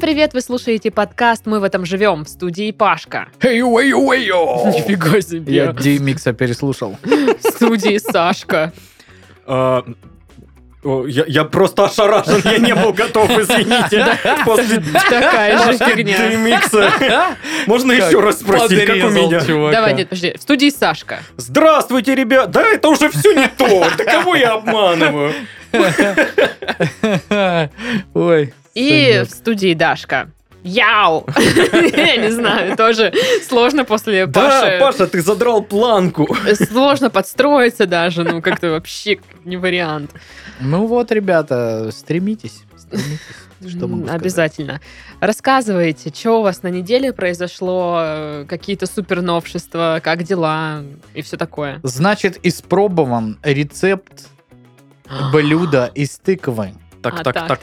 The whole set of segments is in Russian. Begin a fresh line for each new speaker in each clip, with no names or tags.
привет! Вы слушаете подкаст «Мы в этом живем» в студии Пашка.
Эй, ой, ой, ой.
Нифига
Я
себе!
D-микса переслушал.
В студии Сашка.
А, о, Я, я просто ошарашен, я не был готов, извините. После
Такая же фигня.
DMX. Можно еще Ну раз спросить, как у меня?
Давай, нет, подожди. В студии Сашка.
Здравствуйте, ребят! Да, это уже все не то! Да кого я обманываю?
Ой.
И
Санек.
в студии Дашка. Яу! Я не знаю, тоже сложно после
Да,
Паши.
Э, Паша, ты задрал планку.
Сложно подстроиться даже, ну как-то вообще не вариант.
Ну вот, ребята, стремитесь. стремитесь. Что могу
М,
сказать?
Обязательно. Рассказывайте, что у вас на неделе произошло, э, какие-то супер новшества, как дела и все такое.
Значит, испробован рецепт блюда из тыквы.
А, так,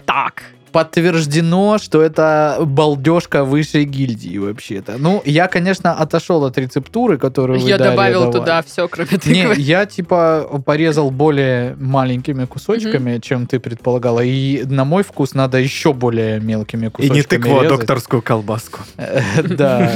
так.
Подтверждено, что это балдежка высшей гильдии вообще-то. Ну, я, конечно, отошел от рецептуры, которую вы
Я
Дарья,
добавил
давали.
туда все, кроме
Не,
тыквы.
я типа порезал более маленькими кусочками, чем ты предполагала. И на мой вкус надо еще более мелкими
И
кусочками.
не тыкву, а
резать.
докторскую колбаску.
Э, Да.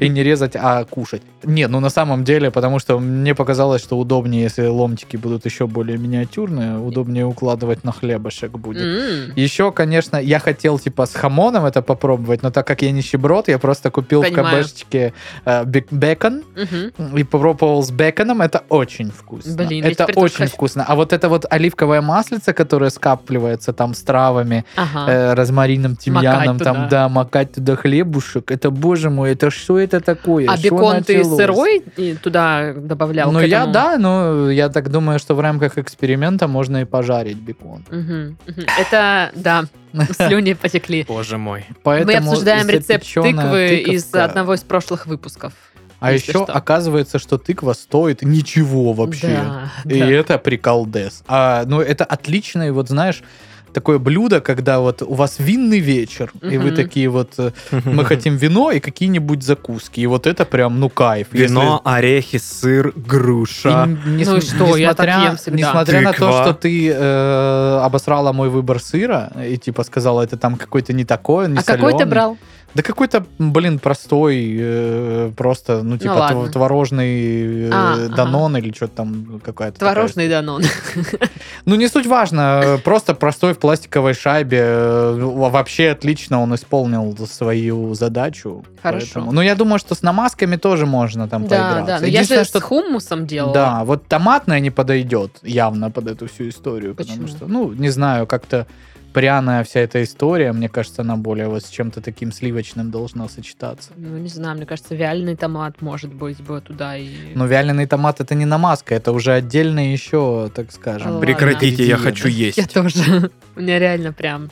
И не резать, а кушать. Не, ну на самом деле, потому что мне показалось, что удобнее, если ломтики будут еще более миниатюрные, удобнее укладывать на хлебушек будет.
М,
Еще, конечно, я хотел типа с хамоном это попробовать, но так как я нищеброд, я просто купил в
Понимаю.
кабешечке э, бек- бекон,
мгм.
и попробовал с беконом, это очень вкусно.
Блин, я
это
теперь тоже
очень
хочу.
вкусно. А вот это вот оливковое маслице, которое скапливается там с травами,
Ага.
э, розмарином, тимьяном,
А. Макать
там,
туда.
да, макать туда хлебушек. Это, боже мой, это что это такое?
А
Что
бекон ты
началось?
сырой и туда добавлял?
Ну,
к
я,
этому?
да, но я так думаю, что в рамках эксперимента можно и пожарить бекон.
Мгм, мгм. Это, да, слюни потекли.
Боже мой.
Поэтому
Мы обсуждаем рецепт
запечённая
тыквы из
тыковка.
одного из прошлых выпусков.
А
если
еще
что.
оказывается, что тыква стоит ничего вообще.
Да,
И
да.
это приколдес. А, ну, это отличное, вот знаешь, такое блюдо, когда вот у вас винный вечер, и вы
Мгм.
такие вот, э, мы хотим вино и какие-нибудь закуски. И вот это прям, ну, кайф. Если-
Вино, орехи, сыр,
И
груша.
н- не
Ну и
см-
что, я так
несмотря-
ем всегда.
Несмотря на то,
Тыква.
что ты э, обосрала мой выбор сыра, и типа сказала, это там какой-то не такой, он не
А какой ты
солёный».
брал?
Да какой-то, блин, простой, э, просто, ну, типа, тв-
ладно.
творожный э,
А, ага.
данон или что-то там какая-то. такая
Творожный данон.
Ну, не суть важно, э, просто простой в пластиковой шайбе. э, во- Вообще отлично он исполнил свою задачу.
Хорошо.
Поэтому- Ну, я думаю, что с намазками тоже можно там
Да,
поиграться.
да. Но я
Единственное,
же с хумусом делала.
Да, вот томатная не подойдет явно под эту всю историю, потому
Почему?
что, ну, не знаю, как-то пряная вся эта история, мне кажется, она более вот с чем-то таким сливочным должна сочетаться.
Ну, не знаю, мне кажется, вяленый томат, может быть, бы туда и...
Но вяленый томат это не намазка, это уже отдельно еще, так скажем.
Ладно.
Прекратите, я
Ингредиенты.
хочу
Я
есть.
тоже. У меня реально прям...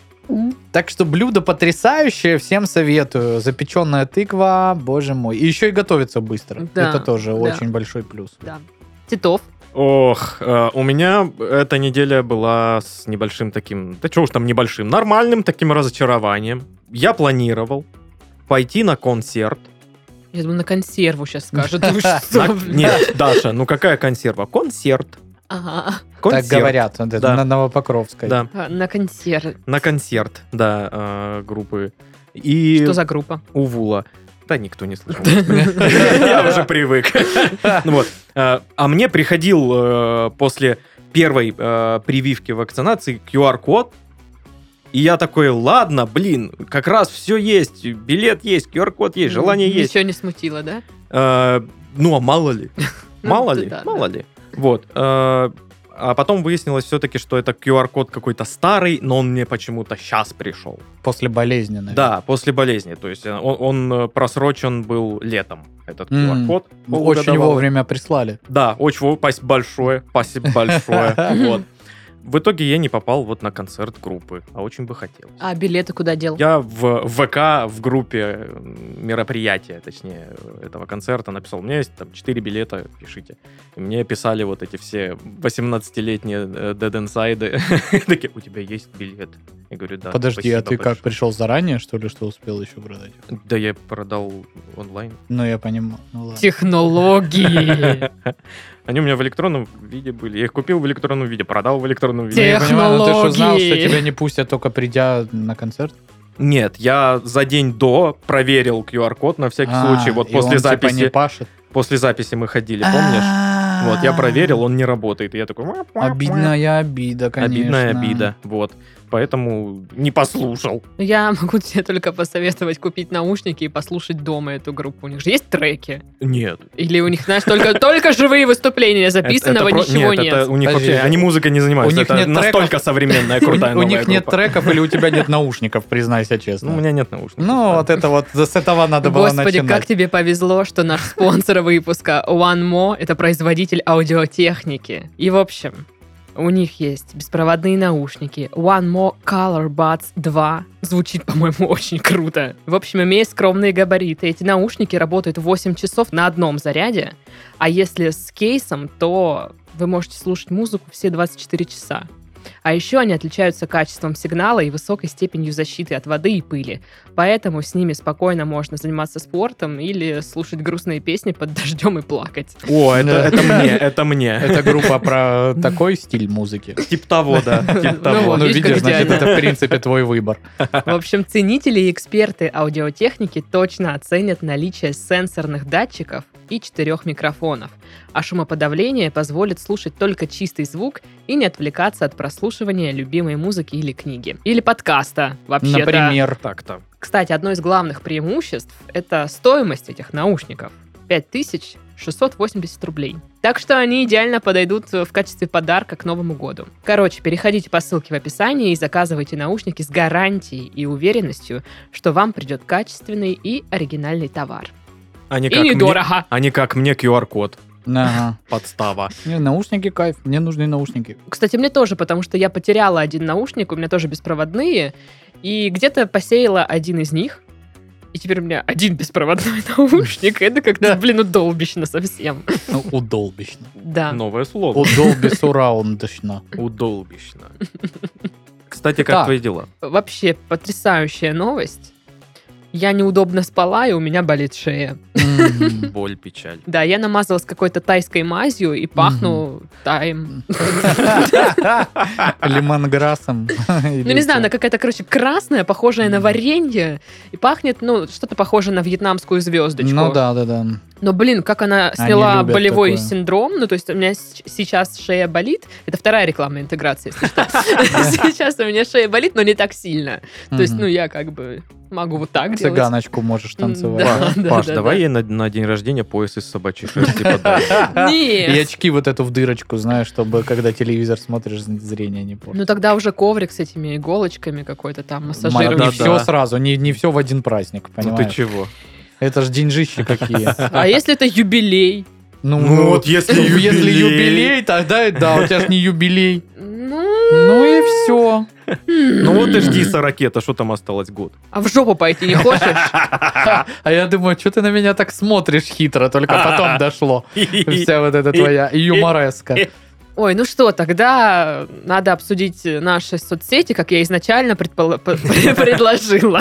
Так что блюдо потрясающее, всем советую. Запеченная тыква, боже мой. И еще и готовится быстро.
Да,
Это тоже
да.
очень большой плюс.
Да. Титов.
Ох, э, у меня эта неделя была с небольшим таким, да чего уж там небольшим, нормальным таким разочарованием. Я планировал пойти на концерт.
Я думаю, на консерву сейчас скажут. Ну
На-
что, блин.
Нет, Даша, ну какая консерва? Концерт.
Ага.
Концерт.
Так говорят, вот это,
Да.
на Новопокровской.
Да,
А, На консерв.
на концерт, да, э, группы. И
Что за группа?
Увула. Да никто не слышал. Я уже привык. Ну Вот. Э, А мне приходил э, после первой э, прививки вакцинации QR-код. И я такой, ладно, блин, как раз все есть. Билет есть, QR-код есть, желание есть.
Ну, Ничего не смутило, да?
Э, Ну, а мало ли?
Ну,
Мало
да,
ли?
да,
Мало ли. Вот. э, А потом выяснилось все-таки, что это QR-код какой-то старый, но он мне почему-то сейчас пришел.
После болезни, наверное.
Да, после болезни. То есть э, он, он, э, просрочен был летом, этот
М, ну,
QR-код.
Очень
полугодовалый.
вовремя прислали.
Да, очень вовремя. Спасибо большое. Спасибо большое. Вот. В итоге я не попал вот на концерт группы, а очень бы хотел.
А билеты куда
ну.
дел?
Я в ВК в группе м, мероприятия, точнее, этого концерта написал, у меня есть там 4 билета, пишите. И мне писали вот эти все 18-летние э, Dead Inside, такие, у тебя есть билет? Я говорю, да.
Подожди, а
спасибо
ты как,
большое».
пришел заранее, что ли, что успел еще продать?
Да я продал онлайн.
Ну, я понимаю. Ну, ладно.
Технологии.
Они у меня в электронном виде были. Я их купил в
Ну,
электронном виде, продал в электронном виде.
Те-
Я понимаю, но ты что знал, что
Технологии.
тебя не пустят, только придя на концерт?
Нет, я за день до проверил QR-код на всякий
А,
случай. Вот
и
после
он, типа,
записи,
не пашет.
после записи мы ходили, помнишь? Вот, я проверил, он не работает. И я такой... «Муа, муа, муа».
Обидная обида, конечно.
Обидная обида, вот. Поэтому не послушал.
Ну, Я могу тебе только посоветовать купить наушники и послушать дома эту группу. У них же есть треки.
Нет.
Или у них, знаешь, только, только живые выступления записанного,
Это- это про-
ничего
нет,
нет.
это у них
Подожди.
вообще, они музыкой не занимаются.
У них
это
нет
настолько
треков.
современная,
У,
крутая
у
новая
них нет
группа.
треков или у тебя нет наушников, признайся честно.
Ну, у меня нет наушников.
Ну,
да.
вот это вот, за с этого надо было
Господи,
начинать.
как тебе повезло, что наш спонсор выпуска One Mo это производитель аудиотехники. И в общем, у них есть беспроводные наушники One Mo Color Buds 2. Звучит, по-моему, очень круто. В общем, имея скромные габариты, эти наушники работают 8 часов на одном заряде, а если с кейсом, то вы можете слушать музыку все 24 часа. А еще они отличаются качеством сигнала и высокой степенью защиты от воды и пыли. Поэтому с ними спокойно можно заниматься спортом или слушать грустные песни под дождем и плакать.
О, это,
Да.
это мне, это мне.
Это группа про такой стиль музыки.
Тип того, да. Тип
Ну
того.
вот.
Ну,
видишь,
видишь,
как
значит,
идеально.
это, в принципе, твой выбор.
В общем, ценители и эксперты аудиотехники точно оценят наличие сенсорных датчиков и четырех микрофонов, а шумоподавление позволит слушать только чистый звук и не отвлекаться от прослушивания любимой музыки или книги. Или подкаста, вообще-то.
Например.
Так-то.
Кстати, одно из главных преимуществ – это стоимость этих наушников. 5680 рублей. Так что они идеально подойдут в качестве подарка к Новому году. Короче, переходите по ссылке в описании и заказывайте наушники с гарантией и уверенностью, что вам придет качественный и оригинальный товар.
Они
И недорого.
Они А как мне QR-код.
Ага.
Подстава.
Не, Наушники кайф, мне нужны наушники.
Кстати, мне тоже, потому что я потеряла один наушник, у меня тоже беспроводные, и где-то посеяла один из них, и теперь у меня один беспроводной наушник. Это как-то, блин, удолбищно совсем.
Ну, удолбищно.
Да.
Новое слово.
Удолби сураундочно.
Удолбищно. Кстати, как
Так.
твои дела?
Вообще потрясающая новость. Я неудобно спала, и у меня болит шея.
М.
Боль, печаль.
Да, я намазалась какой-то тайской мазью и пахну таем.
Лимонграссом.
Ну, не знаю, она какая-то, короче, красная, похожая на
Мгм.
варенье, и пахнет, ну, что-то похоже на вьетнамскую звездочку.
Ну да, да, да.
Но, блин, как она
Они
сняла
любят
болевой
такое.
синдром, ну, то есть у меня с- сейчас шея болит, это вторая рекламная интеграция, если что. Сейчас у меня шея болит, но не так сильно. То есть,
Мгм.
ну, я как бы могу вот так делать.
Цыганочку можешь танцевать.
Да,
Паш,
да,
Паш,
да,
давай
да.
ей на, на день рождения пояс из собачьей шерсти подарим.
И
Нет.
очки вот эту в дырочку, знаешь, чтобы когда телевизор смотришь, зрение не портит.
Ну тогда уже коврик с этими иголочками какой-то там
Ма-
массажирующий.
не
Да-да.
все сразу, не, не все в один праздник,
Ну ты
понимаешь?
чего?
Это ж деньжищи какие.
А если это юбилей?
Ну вот если
ну, если
юбилей.
юбилей, тогда и да, у тебя ж не юбилей.
Ну,
Ну и все.
Ну вот и жди 40 а что там осталось год?
а в жопу пойти не хочешь?
А я думаю, что ты на меня так смотришь хитро, только
А,
потом дошло. Вся вот эта твоя юмореска.
Ой, ну что, тогда надо обсудить наши соцсети, как я изначально предпол- п- предложила.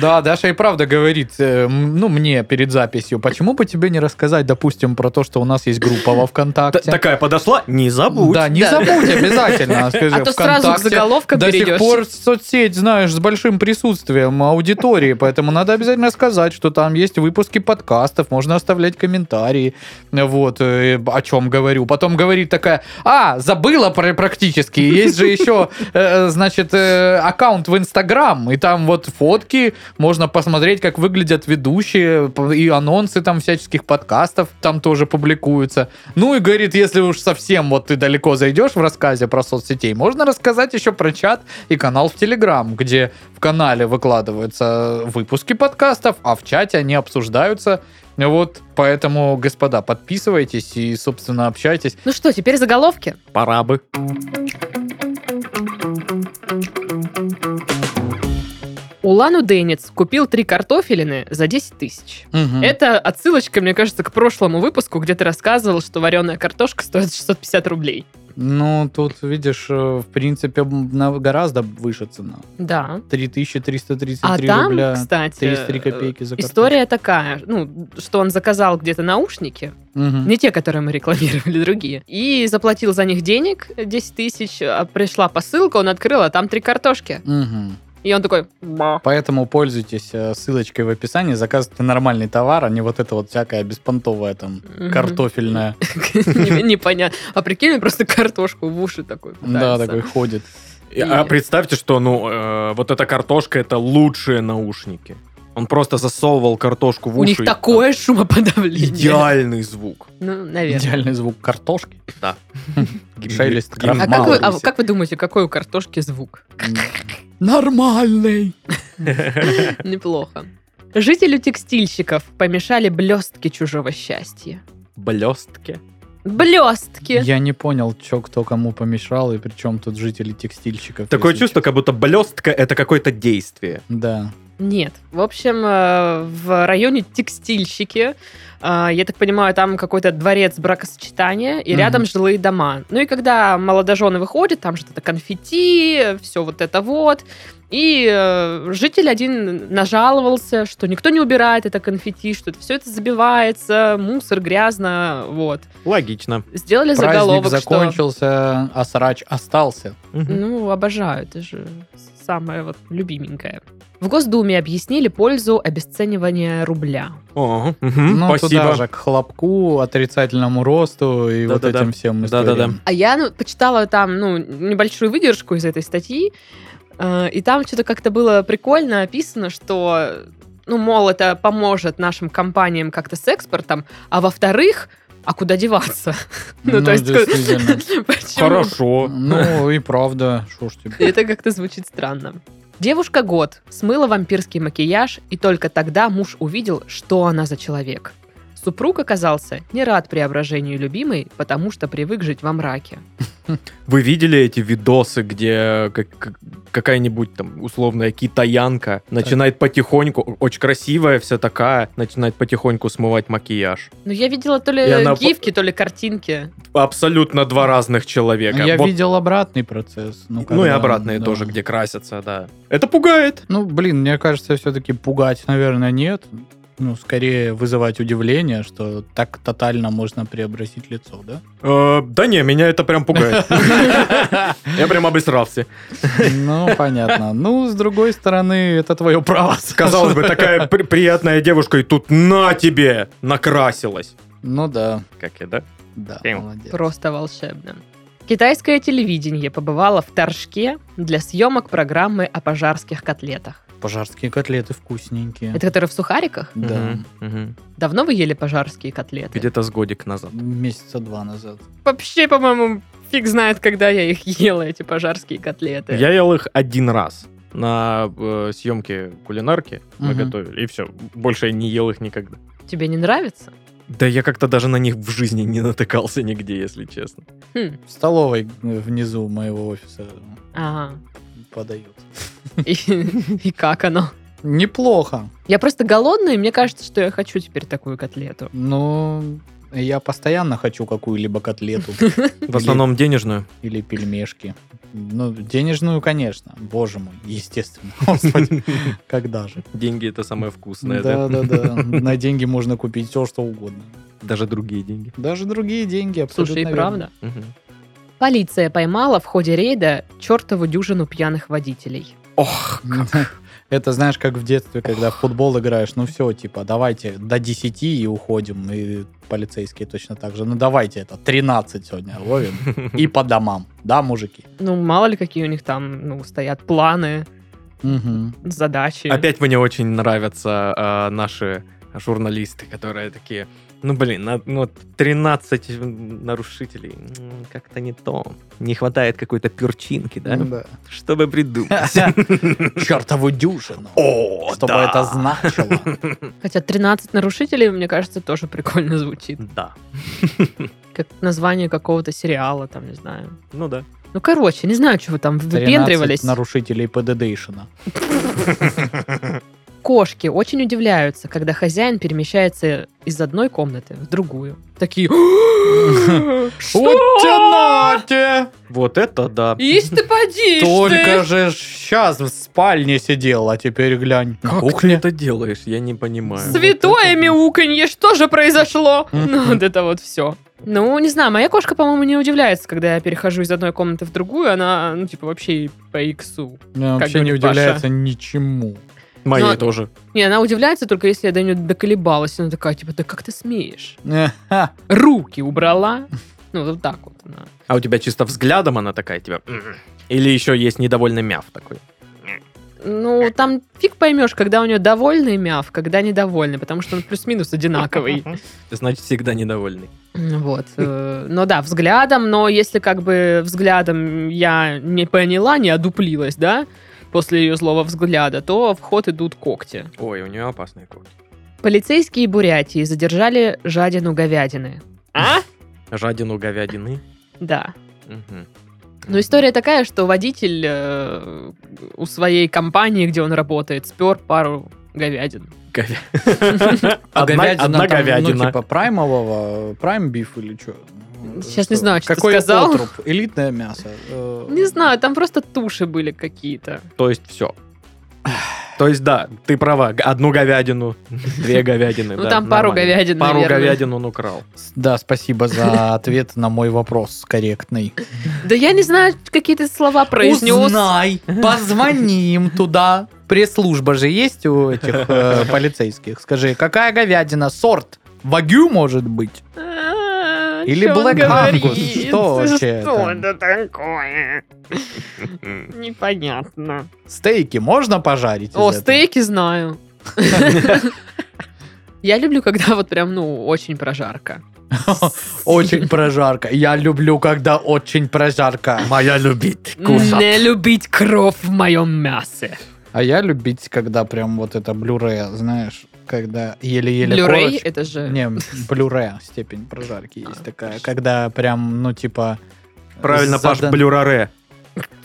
Да, Даша и правда говорит, э, м, ну, мне перед записью, почему бы тебе не рассказать, допустим, про то, что у нас есть группа во
Т-
ВКонтакте?
Такая подошла, не забудь.
Да, не
Да.
забудь обязательно. Скажи,
А то сразу к
«ВКонтакте».
заголовкам
До
перейдешь.
сих пор соцсеть, знаешь, с большим присутствием аудитории, поэтому надо обязательно сказать, что там есть выпуски подкастов, можно оставлять комментарии, вот, э, о чем говорю. Потом говорит такая, а, забыла про- практически, есть же еще, э, значит, э, аккаунт в Инстаграм, и там вот фотки, можно посмотреть, как выглядят ведущие, п- и анонсы там всяческих подкастов там тоже публикуются. Ну и говорит, если уж совсем вот ты далеко зайдешь в рассказе про соцсетей, можно рассказать еще про чат и канал в Телеграм, где в канале выкладываются выпуски подкастов, а в чате они обсуждаются. Вот, поэтому, господа, подписывайтесь и, собственно, общайтесь.
Ну что, теперь заголовки.
Пора бы.
Улан-Удэнец купил три картофелины за 10 тысяч. Это отсылочка, мне кажется, к прошлому выпуску, где ты рассказывал, что вареная картошка стоит 650 рублей.
Ну, тут, видишь, э, в принципе, м, на- гораздо выше цена.
Да.
3333
А там,
рубля,
кстати,
33 копейки за картошку.
история такая, ну, что он заказал где-то наушники,
Мгм.
не те, которые мы рекламировали, другие, и заплатил за них денег 10 тысяч, а пришла посылка, он открыл, а там три картошки.
Мгм.
И он такой, «Ба».
Поэтому пользуйтесь э, ссылочкой в описании, заказывайте нормальный товар, а не вот это вот всякое беспонтовое там
Мгм.
картофельное.
Не- непонятно. А прикинь, он просто картошку в уши такой
Да,
пытается.
такой ходит.
И- А представьте, что ну э, вот эта картошка это лучшие наушники. Он просто засовывал картошку в
У
уши.
них
и-
такое шумоподавление.
идеальный звук.
Ну, наверное.
Идеальный звук картошки.
Да.
Шелест.
Гимн-
А
крахмала.
как, вы, а
Мало
как вы думаете, какой у картошки звук?
Нормальный.
Неплохо. Жителю текстильщиков помешали блестки чужого счастья.
Блестки.
Блестки!
Я не понял, чё кто кому помешал и при чем тут жители текстильщиков.
Такое
если
чувство, как будто блестка это какое-то действие.
чё. Да.
Нет. В общем, э, в районе текстильщики, э, я так понимаю, там какой-то дворец бракосочетания, и
Мгм.
рядом жилые дома. Ну и когда молодожены выходят, там что-то конфетти, все вот это вот. И э, житель один нажаловался, что никто не убирает это конфетти, что это все это забивается, мусор грязно, вот.
Логично.
Сделали
Праздник
заголовок, что...
закончился, а срач остался.
Ну, обожаю, это же самое вот любименькое. В Госдуме объяснили пользу обесценивания рубля.
О, мгм,
ну, туда
Спасибо.
же, к хлопку, отрицательному росту и вот
Да-да-да.
этим всем историям.
Да-да-да.
А я ну, почитала там, ну, небольшую выдержку из этой статьи, э, и там что-то как-то было прикольно описано, что, ну, мол, это поможет нашим компаниям как-то с экспортом, а во-вторых, а куда деваться? Ну, то есть,
действительно.
почему?
Хорошо.
Ну, и правда, что ж
И
тебе.
Это как-то звучит странно. Девушка год смыла вампирский макияж, и только тогда муж увидел, что она за человек. Супруг оказался не рад преображению любимой, потому что привык жить во мраке.
Вы видели эти видосы, где как- как- какая-нибудь там условная китаянка начинает потихоньку, очень красивая вся такая, начинает потихоньку смывать макияж.
Но Ну, я видела то ли
И она по-
гифки, то ли картинки.
Абсолютно два разных человека.
Ну, Я
Вот.
видел обратный процесс. Ну,
ну и
когда,
обратные
да.
тоже, где красятся, да. Это пугает.
Ну, блин, мне кажется, все-таки пугать, наверное, нет. Ну, скорее вызывать удивление, что так тотально можно преобразить лицо, да?
Э, да не, меня это прям пугает. Я прям обесрался.
Ну, понятно. Ну, с другой стороны, это твое право.
Казалось бы, такая при- приятная девушка, и тут на тебе накрасилась.
Ну да,
Как я, да?
да,
Прям.
молодец.
Просто волшебно. Китайское телевидение побывало в Торжке для съемок программы о пожарских котлетах.
Пожарские котлеты вкусненькие.
Это которые в сухариках?
Да.
Мгм, мгм.
Давно вы ели пожарские котлеты?
Где-то с годик назад.
Месяца два назад.
Вообще, по-моему, фиг знает, когда я их ела, эти пожарские котлеты.
Я ел их один раз на э, съемке кулинарки. Мы
Мгм.
готовили, и все. Больше я не ел их никогда.
Тебе не нравится?
Да я как-то даже на них в жизни не натыкался нигде, если честно.
Хм,
В столовой э, внизу моего офиса
ага.
подают.
И, и как оно?
Неплохо.
Я просто голодная, и мне кажется, что я хочу теперь такую котлету.
Ну, я постоянно хочу какую-либо котлету
В основном денежную.
или пельмешки. Ну, денежную, конечно. Боже мой, естественно. Господи, когда же?
Деньги Ну, это самое вкусное, да?
Да, да, да. На деньги можно купить все, что угодно.
Даже другие деньги.
Даже другие деньги абсолютно.
Слушай, и
верно.
правда?
Мгм.
Полиция поймала в ходе рейда чертову дюжину пьяных водителей.
Ох,
Это знаешь, как в детстве, когда в футбол играешь, ну все, типа, давайте до 10 и уходим, и полицейские точно так же. Ну давайте это, 13 сегодня ловим и по домам. Да, мужики?
Ну, мало ли какие у них там, ну, стоят планы,
Мгм.
задачи.
Опять мне очень нравятся э, наши журналисты, которые такие, ну блин, на- ну 13 нарушителей, м, как-то не то. Не хватает какой-то перчинки, да?
Да.
Чтобы придумать.
Чертову дюжину.
О,
Что бы это значило?
Хотя 13 нарушителей, мне кажется, тоже прикольно звучит.
Да.
Как название какого-то сериала, там, не знаю.
Ну да.
Ну, короче, не знаю, чего вы там
13
выпендривались.
нарушителей ПДДшина.
Кошки очень удивляются, когда хозяин перемещается из одной комнаты в другую. Такие... «Что?
Вот тянате!
Вот это да.
Ишь ты поди,
Только же сейчас в спальне сидел, а теперь глянь. на
Как ты
кухне.
это делаешь? Я не понимаю.
Свет-
Святое
это да.
мяуканье, что же произошло?
Мгм.
Ну, вот это вот все. Ну, не знаю, моя кошка, по-моему, не удивляется, когда я перехожу из одной комнаты в другую, она, ну, типа, вообще и по иксу.
Она вообще не
говорит Паша.
удивляется ничему.
Моей
Но-
тоже.
Не, она удивляется только, если я до нее доколебалась. Она такая, типа, да как ты смеешь?
Ха.
Руки убрала. Ну, вот так вот она.
А у тебя чисто взглядом она такая тебя... «М-м». Или еще есть недовольный мяв такой.
Ну, там фиг поймешь, когда у нее довольный мяв, когда недовольный, потому что он плюс-минус одинаковый.
Значит, всегда недовольный.
Вот. э, Ну да, взглядом, но если как бы взглядом я не поняла, не одуплилась, да, после ее злого взгляда, то в ход идут когти.
Ой, у нее опасные когти.
Полицейские Бурятии задержали жадину говядины. А?
Жадину говядины.
Да.
Мгм.
Но история такая, что водитель э, у своей компании, где он работает, спер пару говядин.
Говя- Одна
говядина
одна
там, Ну,
говядина.
типа праймового, прайм биф или что?
Сейчас не знаю, что ты
Какой
сказал.
отруб? Элитное мясо. Э,
Не знаю, там просто туши были какие-то.
То есть все. То есть, да, ты права. г- Одну говядину, две говядины.
Ну,
да,
там пару
нормально.
говядин,
Пару ну,
наверное.
говядин он украл.
с- Да, спасибо за ответ на мой вопрос корректный.
Да я не знаю, какие ты слова произнес.
Узнай, позвони им туда. Пресс-служба же есть у этих э, полицейских. Скажи, какая говядина? Сорт? Вагю, может быть?
А,
Или
чё он
Black Angus?
говорит?
Что вообще
Что
это?
это такое? Непонятно.
Стейки можно пожарить? из
О,
этого?
стейки знаю. Я люблю, когда вот прям, ну, очень прожарка.
Очень прожарка. Я люблю, когда очень прожарка.
Моя любит.
Не любить кровь в моем мясе.
А я любить, когда прям вот это блюре, знаешь, когда еле-еле
Люрей
корочка-
это А, же...
Не, блюре, степень прожарки есть такая, когда прям, ну, типа...
Правильно, Паш,
задан-
блюраре.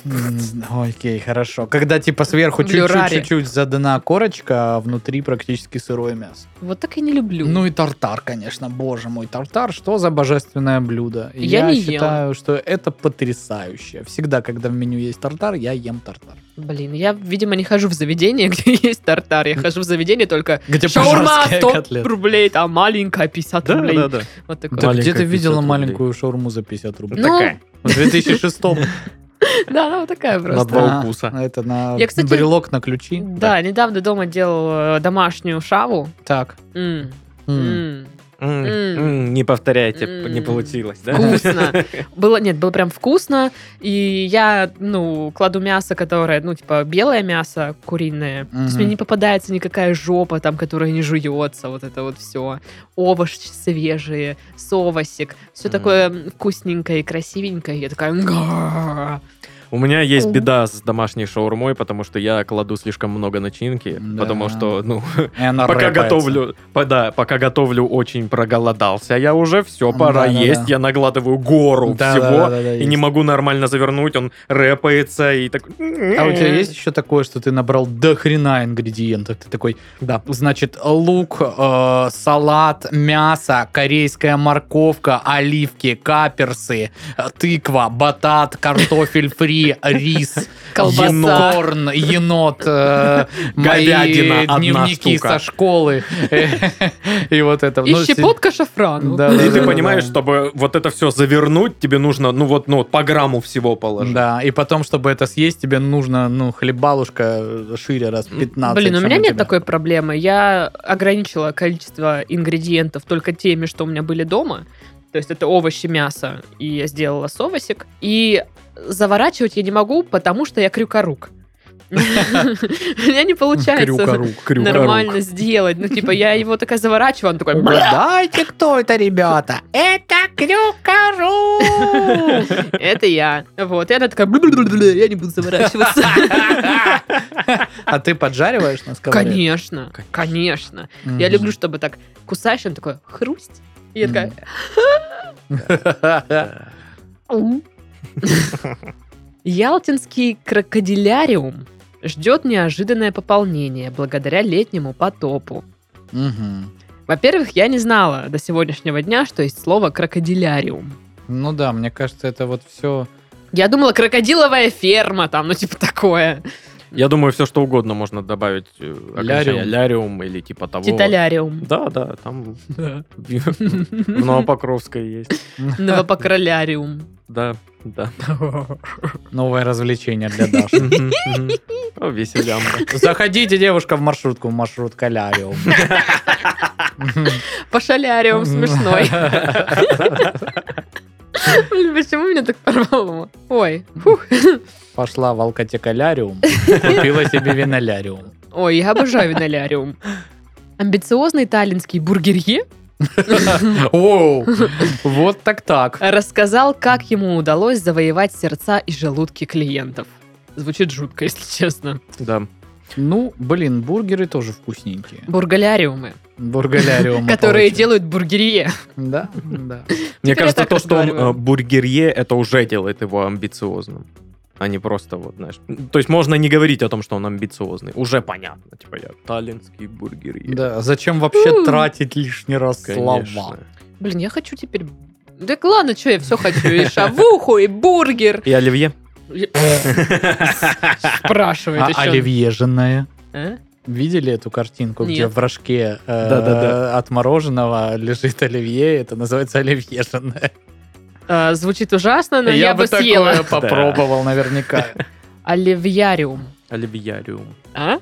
М, Окей, хорошо. Когда, типа, сверху
Блюрари.
чуть-чуть задана корочка, а внутри практически сырое мясо.
Вот так и не люблю.
Ну и тартар, конечно, боже мой, тартар, что за божественное блюдо. И
Я
я
не ела.
считаю, что это потрясающе. Всегда, когда в меню есть тартар, я ем тартар.
Блин, я, видимо, не хожу в заведение, где есть тартар. Я хожу в заведение только...
Где
Шаурма
пожарские
100
котлеты.
рублей, там маленькая 50 рублей.
да.
Вот
Да
такое.
где
Маленькая
ты видела
50 рублей.
маленькую шаурму за 50 рублей?
Ну,
В 2006
да, она вот такая
На
просто.
два укуса.
А, Это на
Я, кстати,
брелок на ключи.
Да, недавно дома делал э, домашнюю шаву.
Так.
М,
М.
м,
М,
М.
м, Не повторяйте,
М.
не получилось, да?
Вкусно. Было, нет, было прям вкусно. И я, ну, кладу мясо, которое, ну, типа, белое мясо куриное. То есть
Мгм.
мне не попадается никакая жопа там, которая не жуется. Вот это вот все. Овощи свежие, совосик. Все
Мгм.
такое вкусненькое и красивенькое. Я такая... «Га».
У меня есть
Мгм.
беда с домашней шаурмой, потому что я кладу слишком много начинки,
Да.
потому что, ну,
И она
пока
рэпается.
готовлю, по- да, пока готовлю, очень проголодался я уже, все, пора
Да-да-да.
есть, я нагладываю гору
Да,
всего,
да, да, да,
и
есть.
не могу нормально завернуть, он рэпается и так...
А у
Э.
тебя есть еще такое, что ты набрал до хрена ингредиентов? Ты такой,
Да.
значит, лук, э, салат, мясо, корейская морковка, оливки, каперсы, э, тыква, батат, картофель фри, рис,
Колбаса.
Корн, енот, э,
Говядина
мои
одна
дневники со
штука.
школы. И вот это.
И
Ну, си-
щепотка шафрану.
Да, да,
И
да,
ты
да,
понимаешь,
да.
чтобы вот это все завернуть, тебе нужно, ну вот, ну, вот по грамму всего положить.
Да, и потом, чтобы это съесть, тебе нужно, ну, хлебалушка шире раз 15.
Блин, у
чем
меня нет
тебя.
такой проблемы. Я ограничила количество ингредиентов только теми, что у меня были дома. То есть это овощи, мясо, и я сделала совосик. И заворачивать я не могу, потому что я крюкорук. У меня не получается
Крюкорук, крюкорук.
нормально сделать. Ну, типа, я его такая заворачиваю, он такой... «Бля!»
Угадайте, кто это, ребята? Это Крюкорук!
Это я. Вот, и она такая... «Бля-бля-бля-бля, Я не буду заворачиваться.
А ты поджариваешь на сковороде?
Конечно, конечно.
Мгм.
Я люблю, чтобы так кусаешь, он такой хрусть. И я такая... «М». Ялтинский крокодиляриум ждет неожиданное пополнение благодаря летнему потопу.
Мгм.
Во-первых, я не знала до сегодняшнего дня, что есть слово крокодиляриум.
Ну да, мне кажется, это вот все...
Я думала, крокодиловая ферма там, ну типа такое.
Я думаю, все что угодно можно добавить. э, окончание.
Ляриум.
Ляриум или типа того.
Титаляриум.
Да, да, там в Новопокровской есть.
Новопокроляриум.
Да, да.
Новое развлечение для Даши.
Мгм, мгм. О, Веселям.
Заходите, девушка, в маршрутку, в маршрутка Ляриум.
Пошаляриум смешной. Блин, почему меня так порвало? Ой, фух.
Пошла в алкотека Ляриум, купила себе виноляриум.
Ой, я обожаю виноляриум. Амбициозный таллинский бургерье
Оу, вот так так.
рассказал, как ему удалось завоевать сердца и желудки клиентов. Звучит жутко, если честно.
Да.
Ну, блин, бургеры тоже вкусненькие.
Бургаляриумы,
Бургаляриум.
которые
получим.
делают бургерье.
Да, да.
Мне
Теперь я
кажется,
так
то, что он
разговариваю.
э, бургерье, это уже делает его амбициозным. А не просто вот, знаешь. То есть можно не говорить о том, что он амбициозный. Уже понятно. Типа я таллинский бургерье.
Да, зачем вообще
М.
тратить лишний раз слова?
Конечно.
Блин, я хочу теперь... Так ладно, что я все хочу, и шавуху, и бургер.
И оливье.
Спрашивает
А
еще.
оливьеженное?
А?
Видели эту картинку, где
Нет.
в рожке э,
Да-да-да.
от мороженого лежит оливье? Это называется оливьеженное.
А, Звучит ужасно, но я, бы съела.
такое попробовал наверняка.
Оливьяриум.
Оливьяриум.
А?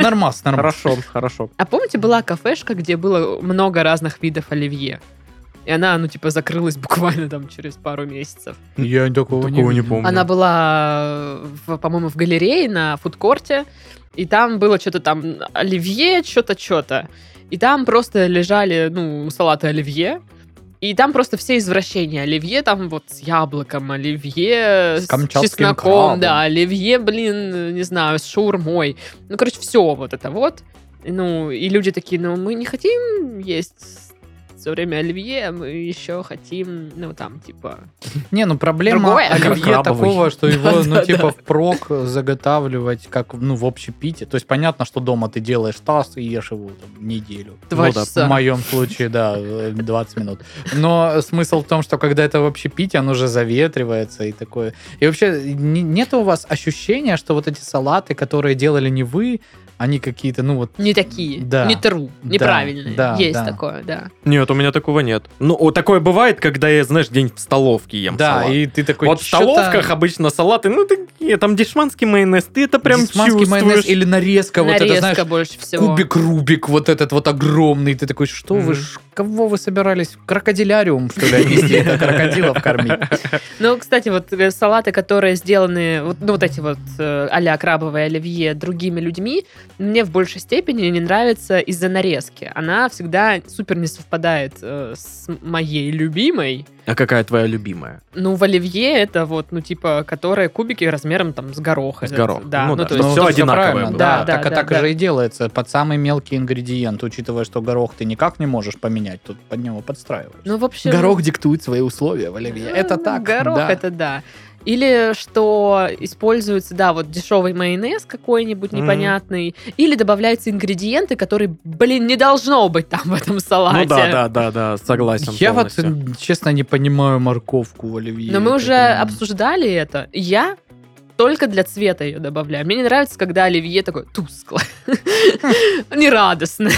Нормас, нормас.
Хорошо, хорошо.
А помните, была кафешка, где было много разных видов оливье? И она, ну, типа, закрылась буквально там через пару месяцев.
Я такого
Такого не
видел.
помню.
Она была, э, в- по-моему, в галерее на фудкорте, и там было что-то там оливье, что-то, что-то. И там просто лежали, ну, салаты оливье, и там просто все извращения. Оливье там вот с яблоком, оливье
С
с,
камчатским
чесноком,
крабом.
да, оливье, блин, не знаю, с шаурмой. Ну, короче, все вот это вот. Ну, и люди такие, ну, мы не хотим есть все время оливье, мы еще хотим, ну, там, типа,
Не, ну проблема
Другое.
оливье
Крабовый.
такого, что его, ну,
Да-да-да.
типа, впрок заготавливать, как, ну, в общепите. То есть понятно, что дома ты делаешь таз и ешь его там неделю.
Два
Ну да,
часа.
в моем случае, да, э, 20 минут. Но смысл в том, что когда это в общепите, оно уже заветривается и такое. И вообще, не- нет у вас ощущения, что вот эти салаты, которые делали не вы, они какие-то, ну, вот
не такие,
Да.
не тру, неправильные.
да,
Есть
да.
такое, да.
Нет, у меня такого нет. Ну, о, такое бывает, когда я, знаешь, день в столовке ем
Да,
салат.
и ты такой...
Вот в
«Чё-то
столовках обычно салаты, ну, такие, там дешманский майонез, ты это прям
десманский
чувствуешь.
майонез или нарезка, вот это,
Нарезка
знаешь,
больше всего.
кубик Рубик вот этот вот огромный. Ты такой, что вы,
Мгм.
ж- кого вы собирались? Крокодиляриум, что ли, отнести? Это крокодилов кормить.
Ну, кстати, вот э, салаты, которые сделаны, вот, ну, вот эти вот э, а-ля крабовое оливье другими людьми, мне в большей степени не нравится из-за нарезки. Она всегда супер не совпадает э, с моей любимой.
А какая твоя любимая?
Ну, в оливье это вот, ну, типа, которые кубики размером там с гороха.
С горох.
Да,
Ну
ну,
да.
то есть...
всё
это
одинаковое а
правильно,
было.
Да,
Да, да,
так, так
да,
же и делается. Под самый мелкий ингредиент, учитывая, что горох ты никак не можешь поменять, тут под него подстраиваешь.
Ну, в общем...
Горох диктует свои условия в оливье. Это
Ну,
так.
Горох,
да.
это да. Или что используется, да, вот дешевый майонез какой-нибудь
Мгм.
непонятный. Или добавляются ингредиенты, которые, блин, не должно быть там в этом салате.
Ну да, да, да, да, согласен.
А, Я вот,
полностью.
м, честно, не понимаю морковку в оливье.
Но мы
Это
уже
прям-
обсуждали это. Я только для цвета ее добавляю. Мне не нравится, когда оливье такое тускло, нерадостно.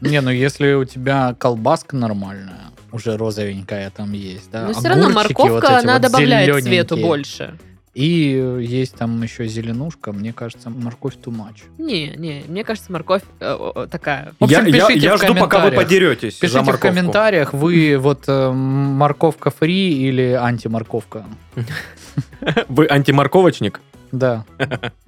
Не, ну если у тебя колбаска нормальная, уже розовенькая там есть, да.
Но все равно
огурчики вот
морковка,
эти
она
вот
добавляет
зелёненькие.
цвету больше.
И э, есть там еще зеленушка, мне кажется, морковь тумач.
Не, не, мне кажется, морковь э, э, такая.
В общем,
я, я-
пишите
я
в
жду, пока вы
комментариях.
подеретесь
Пишите
за
в
морковку.
комментариях, вы вот э, морковка фри или антиморковка.
Вы антиморковочник?
Да.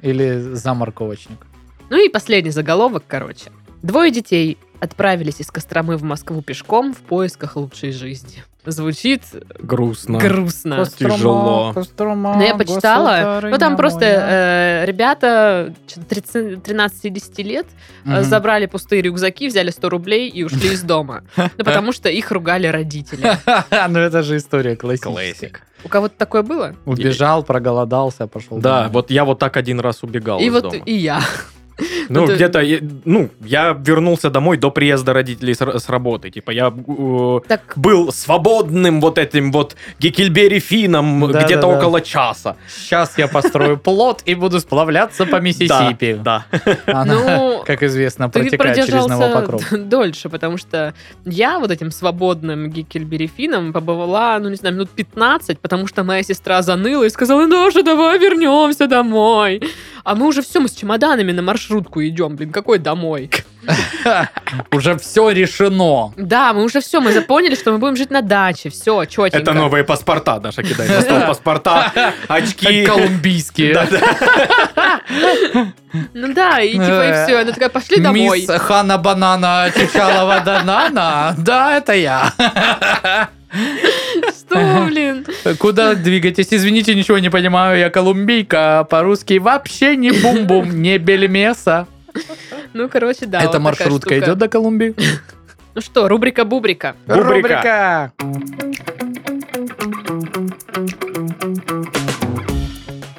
Или за морковочник.
Ну и последний заголовок, короче. Двое детей отправились из Костромы в Москву пешком в поисках лучшей жизни. Звучит
Ну,
Грустно.
грустно.
Тяжело.
Но Ну, я почитала, ну там просто э, ребята чё-то 30 13-10 лет э,
Мгм.
забрали пустые рюкзаки, взяли 100 рублей и ушли из дома. Ну потому что их ругали родители.
Ну это же история классическая.
У кого-то такое было?
Убежал, проголодался, пошел.
Да,
домой.
вот я вот так один раз убегал
И
из
вот
дома.
и я.
Ну,
Ну, ты-
где-то, я- ну, я вернулся домой до приезда родителей с, р- с работы. Типа, я э,
Так,
был свободным вот этим вот Гекельбери Фином
Да,
где-то
да, да.
около часа.
Сейчас я построю плод и буду сплавляться по Миссисипи.
Да.
Она,
Ну,
как известно,
ты
протекает через
продержался
Новопокров.
дольше, потому что я вот этим свободным Гикельберифином побывала, ну, не знаю, минут 15, потому что моя сестра заныла и сказала, Даша, давай вернемся домой. А мы уже все, мы с чемоданами на маршрутку идем, блин, какой домой?
Уже все решено.
Да, мы уже все, мы запоняли, что мы будем жить на даче, все, четенько.
Это
ну.
новые паспорта, Даша кидает. на стол паспорта, очки.
Колумбийские.
Ну да, и типа, и все, она такая, пошли домой.
Э, Мисс Хана Банана Чучалова Данана. Да, это я.
Что, блин?
Куда двигайтесь? Извините, ничего не понимаю. Я колумбийка. а По-русски вообще не бум-бум, не бельмеса.
Ну, короче, да. вот
Эта
такая
маршрутка
штука.
идет до Колумбии?
Ну что, рубрика-бубрика.
Бубрика.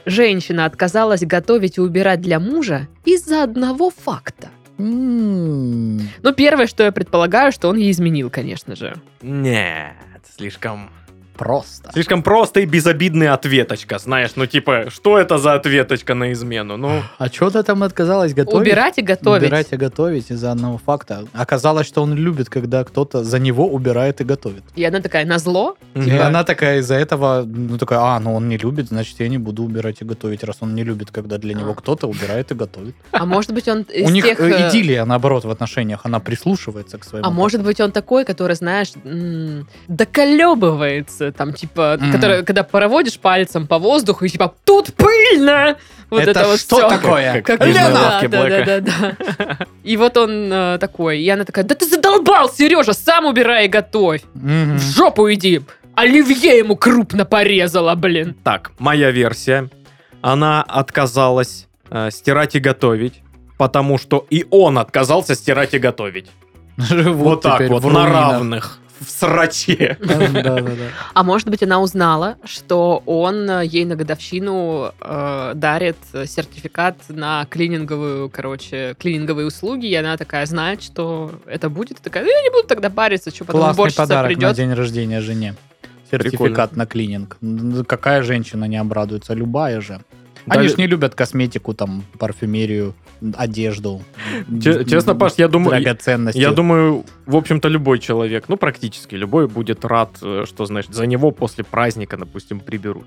Женщина отказалась готовить и убирать для мужа из-за одного факта.
М.
Ну, первое, что я предполагаю, что он ей изменил, конечно же.
Нет, слишком...
Просто.
Слишком просто и безобидная ответочка, знаешь, ну типа, что это за ответочка на измену? Ну,
А что ты там отказалась готовить?
Убирать и готовить.
Убирать и готовить из-за одного факта. Оказалось, что он любит, когда кто-то за него убирает и готовит.
И она такая, на зло?
И
да.
она такая из-за этого, ну такая, а, ну он не любит, значит я не буду убирать и готовить, раз он не любит, когда для него
А.
кто-то убирает и готовит.
А может быть, он из
У них
тех...
э,
э,
идиллия, наоборот, в отношениях, она прислушивается к своему.
А может быть, он такой, который, знаешь, м, доколебывается, там, типа,
Мгм.
который, когда проводишь пальцем по воздуху, и типа, тут пыльно! Вот это,
это,
вот
что
всё.
такое?
Как-
Лена!
из
Да,
лавки
да,
Блэка.
да, да. И вот он э, такой, и она такая, да ты задолбал, Сережа, сам убирай и готовь.
Мгм.
В жопу иди. Оливье ему крупно порезала, блин.
Так, моя версия. Она отказалась э, стирать и готовить, потому что и он отказался стирать и готовить.
Живут
Вот, так
теперь
вот,
в
на
руинах.
равных, в сраче.
Да-да-да.
А может быть, она узнала, что он э, ей на годовщину э, дарит сертификат на клининговую, короче, клининговые услуги, и она такая знает, что это будет, и такая, «Ну, я не буду тогда париться, что потом
Классный
уборщица
подарок на
придет.
день рождения жене. Сертификат на клининг. М, Какая женщина не обрадуется? Любая же. Они
Дали-
ж не любят косметику, там, парфюмерию, одежду.
Че- Честно, Паш, я думаю,
драгоценности.
Я думаю, в общем-то, любой человек, ну, практически любой, будет рад, э, что, значит, за него после праздника, допустим, приберут.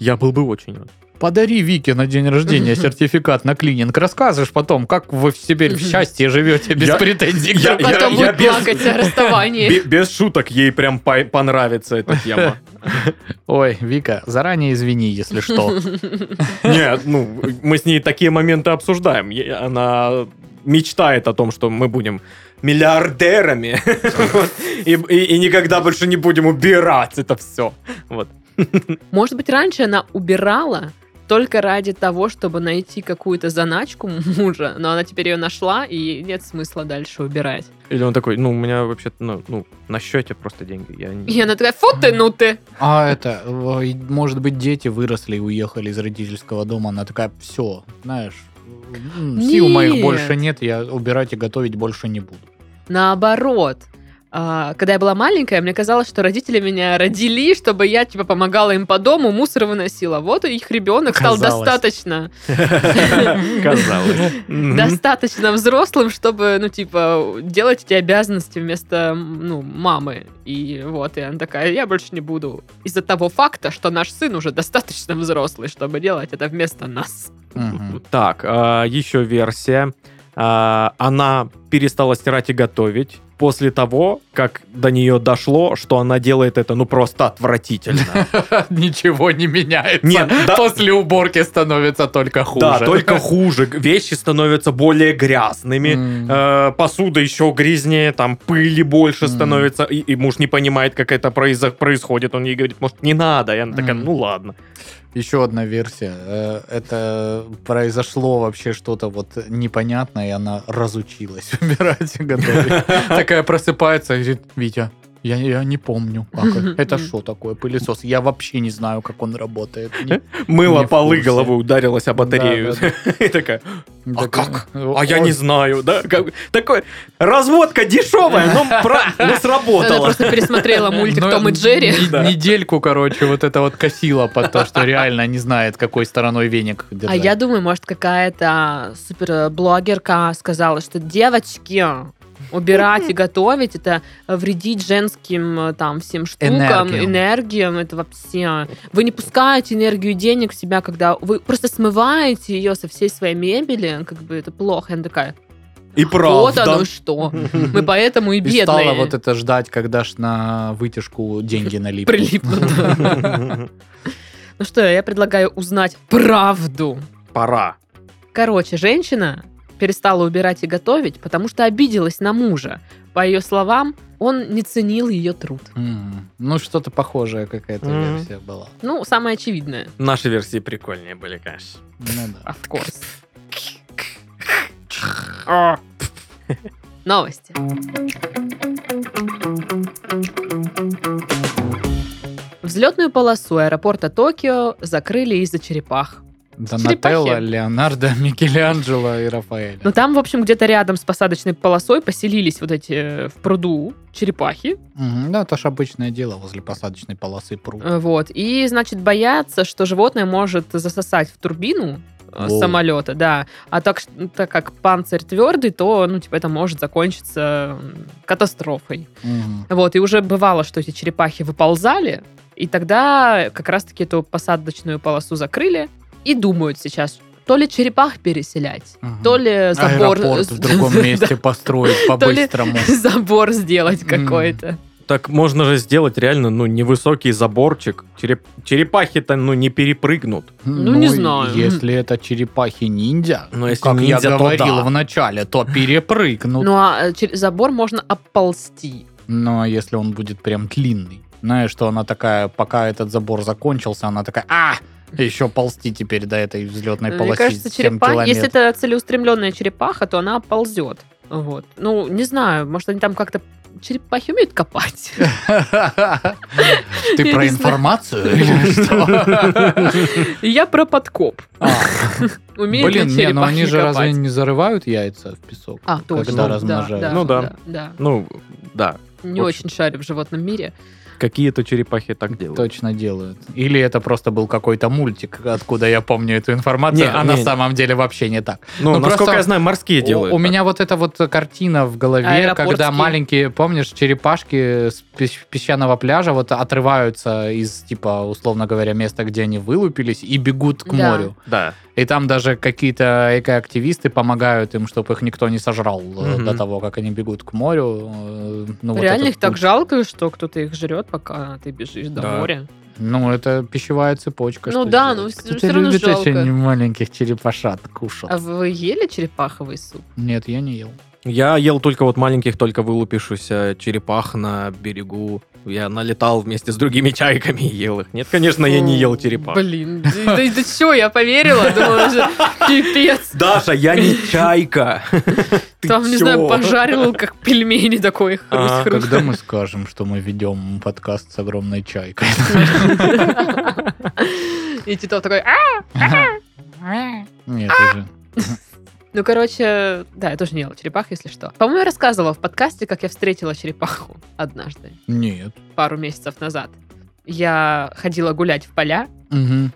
Я был бы очень рад.
Подари Вике на день рождения сертификат на клининг. Расскажешь потом, как вы теперь в счастье живете без
Я-
претензий. к
я-
друг
Потом
другу.
я
будет
без-
плакать о расставании.
Бе- Без шуток, ей прям по- понравится эта тема.
Ой, Вика, заранее извини, если что.
Нет, ну, мы с ней такие моменты обсуждаем. Е- Она мечтает о том, что мы будем миллиардерами и, и- и никогда больше не будем убирать это все. Вот.
Может быть, раньше она убирала только ради того, чтобы найти какую-то заначку мужа, но она теперь ее нашла, и нет смысла дальше убирать.
Или он такой, ну, у меня вообще-то, ну, ну, на счете просто деньги. Я не-
И она такая, фу ты, ну ты!
А это, ой, может быть, дети выросли и уехали из родительского дома. Она такая, все, знаешь, м, сил моих
Нет.
больше нет, я убирать и готовить больше не буду.
Наоборот. А, Когда я была маленькая, мне казалось, что родители меня родили, чтобы я типа помогала им по дому, мусор выносила. Вот и их ребенок стал
Казалось.
достаточно,
Казалось. Мгм.
достаточно взрослым, чтобы, ну, типа, делать эти обязанности вместо, ну, мамы. И вот, и она такая, я больше не буду. Из-за того факта, что наш сын уже достаточно взрослый, чтобы делать это вместо нас.
Мгм.
Так, а, еще версия. А, Она перестала стирать и готовить после того, как до нее дошло, что она делает это ну просто отвратительно.
Ничего не меняется.
Нет, да-
После уборки становится только хуже.
Да, только хуже. Г- Вещи становятся более грязными.
М.
э, Посуда еще грязнее, там пыли больше
М.
становится. И, и муж не понимает, как это произо- происходит. Он ей говорит, может, не надо. И она такая,
М.
ну ладно.
Еще одна версия. Э, Это произошло вообще что-то вот непонятное, и она разучилась убирать и готовить. Такая просыпается и говорит, Витя, Я, я не помню, как это. Это что такое, пылесос? Я вообще не знаю, как он работает.
Э,
Не-
Мыло
Не в
полы
курсе.
головой ударилось о батарею.
Да,
И такая, а
Так,
как?
э,
А я не
ой,
знаю, да? Как- Такой, разводка дешевая, но, пра- но
Она
сработала.
просто пересмотрела мультик
ну,
Том и Джерри.
не-
Да.
Недельку, короче, вот это вот косило под то, что реально не знает, какой стороной веник держать.
А я думаю, может, какая-то суперблогерка сказала, что девочки, убирать и готовить, это вредить женским э, там всем штукам,
Энергиям.
энергиям, это вообще... Вы не пускаете энергию денег в себя, когда вы просто смываете ее со всей своей мебели, как бы это плохо. И она такая,
И
вот
правда.
оно что. Мы поэтому и
И стала
бедные.
вот это ждать, когда ж на вытяжку деньги налипнут.
Прилипнут. Ну что, я предлагаю узнать правду.
Пора.
Короче, женщина перестала убирать и готовить, потому что обиделась на мужа. По ее словам, он не ценил ее труд.
М, Ну, что-то похожее какая-то
Мгм.
версия была.
Ну, самое очевидное.
Наши версии прикольнее были, конечно.
Ну да.
Of course. Новости. Взлетную полосу аэропорта Токио закрыли из-за черепах.
Донателло,
Черепахи.
Леонардо, Микеланджело и Рафаэля.
Но Ну, там, в общем, где-то рядом с посадочной полосой поселились вот эти э, в пруду черепахи,
Мгм, Да, это ж обычное дело возле посадочной полосы пруд.
Э, Вот. И, значит, боятся, что животное может засосать в турбину э,
Воу.
самолета, да. А так, ш- так как панцирь твердый, то, ну, типа, это может закончиться м, катастрофой.
Мгм.
Вот. И уже бывало, что эти черепахи выползали, и тогда как раз-таки эту посадочную полосу закрыли. И думают сейчас, то ли черепах переселять,
Мгм.
то ли забор... э,
Аэропорт в другом месте построить
То ли-
по-быстрому.
Забор сделать
М.
какой-то.
Так можно же сделать реально, ну, невысокий заборчик. Череп- Черепахи-то, ну, не перепрыгнут.
Ну, не
и
знаю.
Если это черепахи-ниндзя, ну,
Но Ну, если
как я
ниндзя, то
говорил
да.
в начале, то перепрыгнут.
Ну, а э, чер- забор можно оползти.
Но если он будет прям длинный. Знаешь, что она такая, пока этот забор закончился, она такая, а, еще ползти теперь до этой взлетной
Мне
полосы.
кажется,
7
черепаха, если
километров.
это целеустремленная черепаха, то она ползет. Вот. Ну, не знаю, может, они там как-то черепахи умеют копать.
Ты
Я
про
не знаю.
информацию или что?
И Я про подкоп.
А,
Умеют ли
Блин, не, но
черепахи
они же
копать?
разве не зарывают яйца в песок?
А, точно. да,
размножают?
да,
Ну да.
да.
Ну, да,
Не
Очень.
очень шарю в животном мире.
какие-то черепахи так делают.
Точно делают. Или это просто был какой-то мультик, откуда я помню эту информацию,
Не,
а
не,
на
не.
самом деле вообще не так.
Ну,
Ну,
насколько
просто
я знаю, морские делают.
У, у
так.
меня вот эта вот картина в голове,
Аэропортские.
когда маленькие, помнишь, черепашки с пес- песчаного пляжа вот отрываются из, типа, условно говоря, места, где они вылупились, и бегут к
Да.
морю.
Да.
И там даже какие-то экоактивисты помогают им, чтобы их никто не сожрал э,
Мгм.
до того, как они бегут к морю. Э, Ну, вот
Реально
этот
их так
путь.
жалко, что кто-то их жрет, пока ты бежишь до
Да.
моря.
Ну, это пищевая цепочка.
Ну
что
да,
сделать?
ну,
Кто-то
всё равно
любит
жалко.
очень маленьких черепашат кушал.
А вы ели черепаховый суп?
Нет, я не ел.
Я ел только вот маленьких, только вылупившихся черепах на берегу. Я налетал вместе с другими чайками и ел их. Нет, конечно, я не ел черепах.
Блин, да да- да чё, я поверила, думала же, пипец.
Даша, я не чайка. Ты
Там, не
чё?
знаю, пожарил, как пельмени такой.
Ага,
хрусть-хрусть.
Когда мы скажем, что мы ведем подкаст с огромной чайкой?
И Титов такой, а!
Нет уже.
Ну, короче, да, я тоже не ела черепах, если что. По-моему, я рассказывала в подкасте, как я встретила черепаху однажды,
Нет.
пару месяцев назад. Я ходила гулять в поля,
Мгм.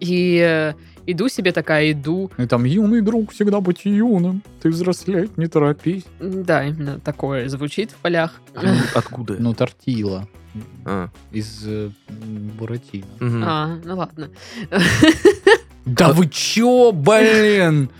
и э, иду себе такая, иду.
И там юный друг, всегда будь юным. Ты взрослеть, не торопись.
М, Да, именно такое звучит в полях.
Откуда?
Ну, тортила
А,
из э, м, Буратино.
мгм.
А, ну ладно.
Да вы чё, блин?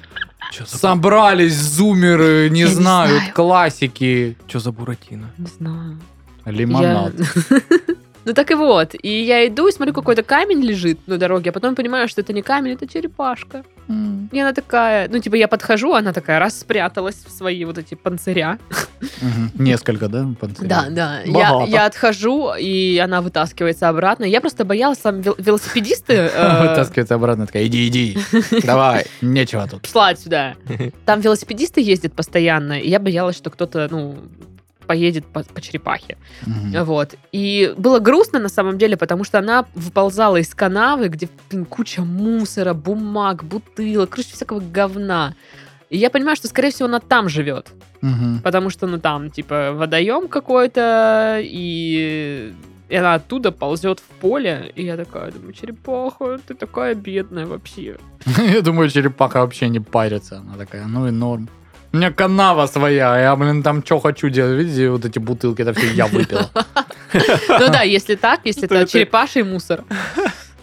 Чё за-
Собрались зумеры, не
Я не
знают
знаю.
классики.
Чё за буратино?
Не знаю.
Лимонад.
Я- Ну так и вот. И я иду и смотрю, какой-то камень лежит на дороге, а потом понимаю, что это не камень, это черепашка.
Мгм.
И она такая, ну, типа, я подхожу, она такая раз спряталась в свои вот эти панциря.
Несколько, да, панцирей?
Да, да. Я,
Богато.
я отхожу, и она вытаскивается обратно. Я просто боялась, там вел- велосипедисты э,
Вытаскивается обратно, такая, иди, иди, давай, нечего тут.
шла отсюда. Там велосипедисты ездят постоянно, и я боялась, что кто-то, ну, поедет по, по черепахе. Вот. И было грустно на самом деле, потому что она выползала из канавы, где блин, куча мусора, бумаг, бутылок, короче, всякого говна. И я понимаю, что, скорее всего, она там живет. Потому что, ну, там, типа, водоем какой-то, и... и она оттуда ползет в поле. И я такая, думаю, черепаха, ты такая бедная вообще.
Я думаю, черепаха вообще не парится. Она такая, ну и норм. У меня канава своя, а я, блин, там что хочу делать. Видите, вот эти бутылки, это все я выпил.
Ну да, если так, если
Что
это
это?
черепаший мусор,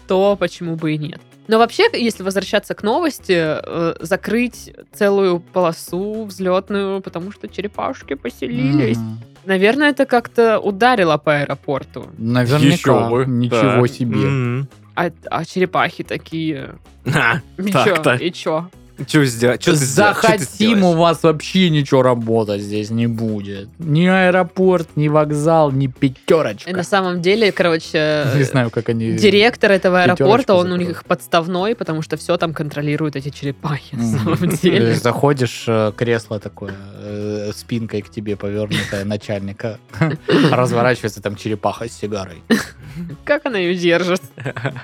то почему бы и нет. Но вообще, если возвращаться к новости, э, закрыть целую полосу взлетную, потому что черепашки поселились.
Мгм.
Наверное, это как-то ударило по аэропорту.
Наверняка.
Еще бы.
Ничего
Да.
себе.
А, а черепахи такие.
А,
И чё?
Так-то.
И чё?
Что сделать? Чё ты сделаешь? Чё ты
Захотим, у
сделаешь?
вас вообще ничего работать здесь не будет. Ни аэропорт, ни вокзал,
И
ни
Э, на
пятерочка.
самом деле, короче, э,
Не знаю, как они...
директор этого
пятёрочку
аэропорта, он у
закроют.
них подставной, потому что все там контролируют эти черепахи на
Мгм.
самом
Э,
деле.
Заходишь, э, кресло такое, э, спинкой к тебе повернутое начальника. Разворачивается там черепаха с сигарой.
Как она ее держит?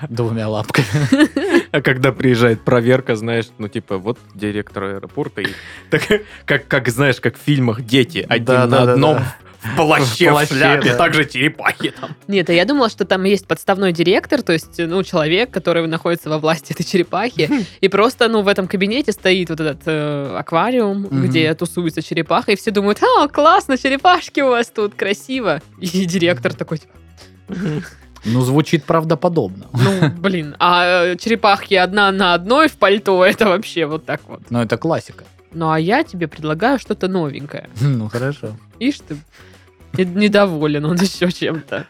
Двумя лапками.
А когда приезжает проверка, знаешь, ну типа вот директор аэропорта, и так, как, как знаешь, как в фильмах дети, один
Да, да,
на
да,
одном
да.
в плаще,
В
в,
плаще,
шляпе,
да.
также черепахи там.
Нет, а я думала, что там есть подставной директор, то есть, ну, человек, который находится во власти этой черепахи, и просто, ну, в этом кабинете стоит вот этот э, аквариум,
Мгм.
где тусуется черепаха, и все думают, а, классно, черепашки у вас тут, красиво. И директор такой, типа,
Ну, звучит правдоподобно.
ну, блин, а э, черепахи одна на одной в пальто, это вообще вот так вот.
Но это классика.
Ну, а я тебе предлагаю что-то новенькое.
Ну, хорошо.
Ишь ты, не- недоволен он еще чем-то.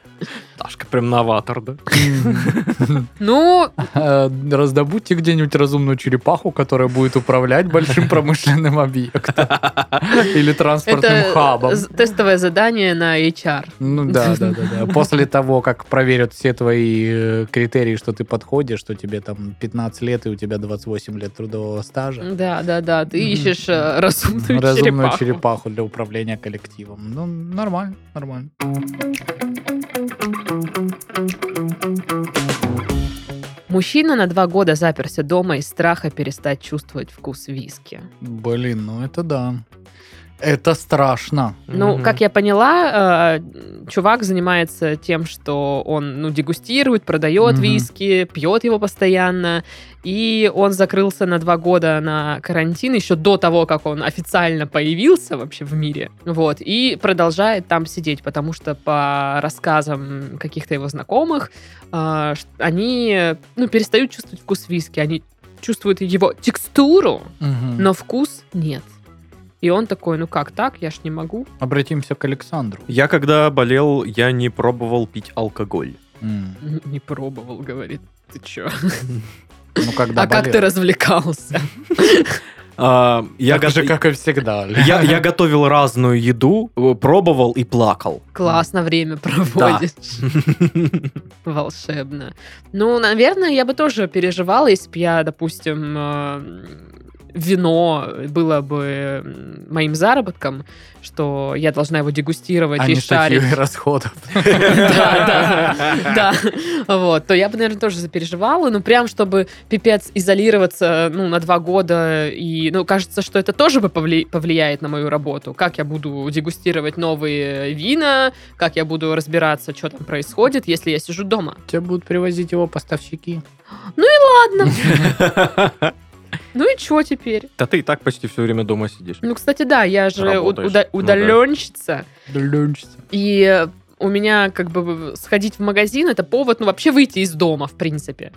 Дашка прям новатор, да?
Ну,
Э, Раздобудьте где-нибудь разумную черепаху, которая будет управлять большим промышленным объектом. Или транспортным хабом.
з- тестовое задание на HR.
Ну да, да, да, да. После того, как проверят все твои э, критерии, что ты подходишь, что тебе там 15 лет и у тебя 28 лет трудового стажа.
Да, да, да. Ты
Мгм.
ищешь э, разумную,
Разумную
черепаху.
черепаху для управления коллективом. Ну, нормально, нормально.
Мужчина на два года заперся дома из страха перестать чувствовать вкус виски.
Блин, ну это да. Это страшно.
Ну, как я поняла, э, чувак занимается тем, что он, ну, дегустирует, продает
Мгм.
виски, пьет его постоянно. И он закрылся на два года на карантин еще до того, как он официально появился вообще в мире. Вот. И продолжает там сидеть, потому что по рассказам каких-то его знакомых, э, ш- они, э, ну, перестают чувствовать вкус виски. Они чувствуют его текстуру,
Мгм.
но вкус нет. И он такой, ну как так, я ж не могу.
Обратимся к Александру.
Я когда болел, я не пробовал пить алкоголь.
М.
Н- Не пробовал, говорит. Ты чё?
Ну, когда
а как
болел.
ты развлекался?
А, я,
Так
го-
же, как и всегда. Ле.
я, я готовил разную еду, э, пробовал и плакал.
Классно время проводишь. Волшебно. Ну, наверное, я бы тоже переживала, если бы я, допустим, э, вино было бы м, моим заработком, что я должна его дегустировать
А
и
не
шарить.
статью расходов.
Да, да, да. Вот, то я бы, наверное, тоже запереживала. Ну, прям, чтобы пипец изолироваться, ну, на два года. И, ну, кажется, что это тоже бы повли- повлияет на мою работу. Как я буду дегустировать новые вина, как я буду разбираться, что там происходит, если я сижу дома.
Тебя будут привозить его поставщики.
Ладно. Ну и что теперь?
Да ты и так почти все время дома сидишь.
Ну, кстати, да, я же у-
Работаешь.
уда-
Ну да.
удаленщица.
Блюнчится.
И э, у меня как бы сходить в магазин это повод, ну, вообще выйти из дома, в принципе.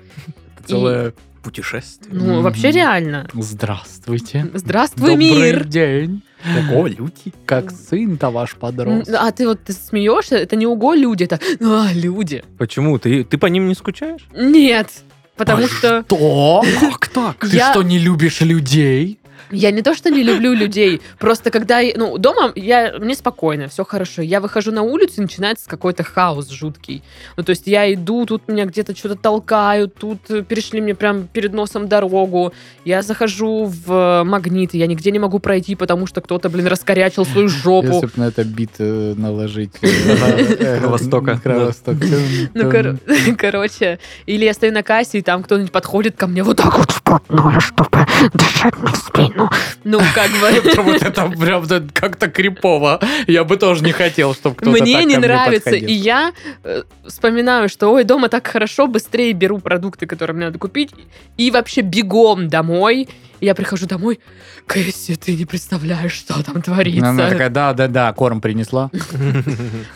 Целое
Путешествие.
Ну,
Мгм.
вообще реально.
Здравствуйте.
Здравствуй, мир!
Добрый день.
Ого, люди.
Как сын-то ваш подрос.
М, А ты вот ты смеешься, это не уго люди, это а, люди.
Почему? Ты, ты по ним не скучаешь?
Нет, потому что
Что?
Как так?
я,
не любишь людей?
Я не то, что не люблю людей, просто когда, я- ну, дома я, мне спокойно, все хорошо. Я выхожу на улицу, и начинается какой-то хаос жуткий. Ну, то есть я иду, тут меня где-то что-то толкают, тут э, перешли мне прям перед носом дорогу. Я захожу в э, магнит, и я нигде не могу пройти, потому что кто-то, блин, раскорячил свою
Если
жопу.
бы на это бит э, наложить. э,
Кровостока.
Кровосток.
Ну, кор-
Эм.
короче, или я стою на кассе, и там кто-нибудь подходит ко мне вот так вот вплотную, чтобы дышать мне в спину. Ну, как бы...
Вот это прям да, как-то крипово. Я бы тоже не хотел, чтобы кто-то так
Мне
ко
не нравится,
подходил.
и я э, вспоминаю, что ой, дома так хорошо, быстрее беру продукты, которые мне надо купить, и вообще бегом домой. И Я прихожу домой, Кэсси, ты не представляешь, что там творится.
Она такая, да-да-да, корм принесла.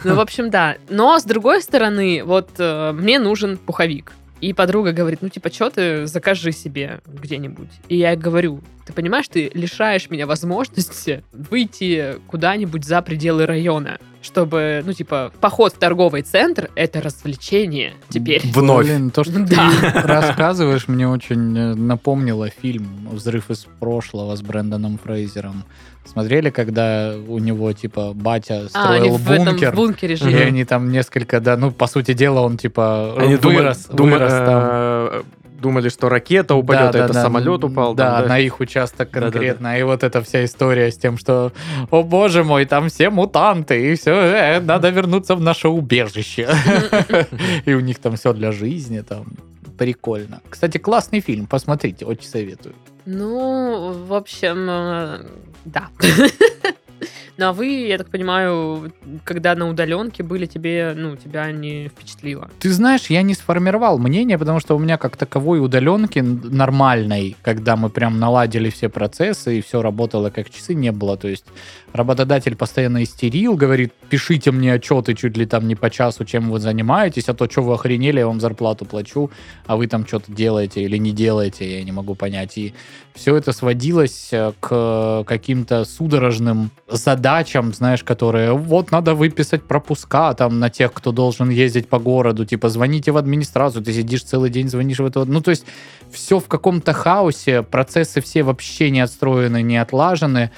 Ну, в общем, да. Но, с другой стороны, вот э, мне нужен пуховик. И подруга говорит, ну, типа, что ты, закажи себе где-нибудь. И я ей говорю, ты понимаешь, ты лишаешь меня возможности выйти куда-нибудь за пределы района, чтобы, ну, типа, поход в торговый центр — это развлечение теперь.
Вновь.
Блин, то, что
Да.
ты рассказываешь, мне очень э, напомнило фильм «Взрыв из прошлого» с Брэндоном Фрейзером. Смотрели, когда у него, типа, батя
А, они
строил
в этом в
бункер?
бункере
И
жили.
они там несколько, да, ну, по сути дела, он, типа,
Они
вырос,
думали- дума-
вырос там.
э, думали, что ракета упадет,
Да,
а
да,
это
да.
самолет упал.
Да,
там, да.
на их участок
Да, да, да.
конкретно. И вот эта вся история с тем, что, о боже мой, там все мутанты, и все, э, надо вернуться в наше убежище. И у них там все для жизни, там прикольно. Кстати, классный фильм, посмотрите, очень советую.
Ну, в общем, э, да. Ну, а вы, я так понимаю, когда на удаленке были, тебе, ну, тебя не впечатлило.
Ты знаешь, я не сформировал мнение, потому что у меня как таковой удаленки н- нормальной, когда мы прям наладили все процессы и все работало как часы, не было. То есть работодатель постоянно истерил, говорит, пишите мне отчеты чуть ли там не по часу, чем вы занимаетесь, а то что вы охренели, я вам зарплату плачу, а вы там что-то делаете или не делаете, я не могу понять. И все это сводилось э, к каким-то судорожным задачам, знаешь, которые вот надо выписать пропуска там на тех, кто должен ездить по городу, типа звоните в администрацию, ты сидишь целый день, звонишь в это. Ну, то есть все в каком-то хаосе, процессы все вообще не отстроены, не отлажены,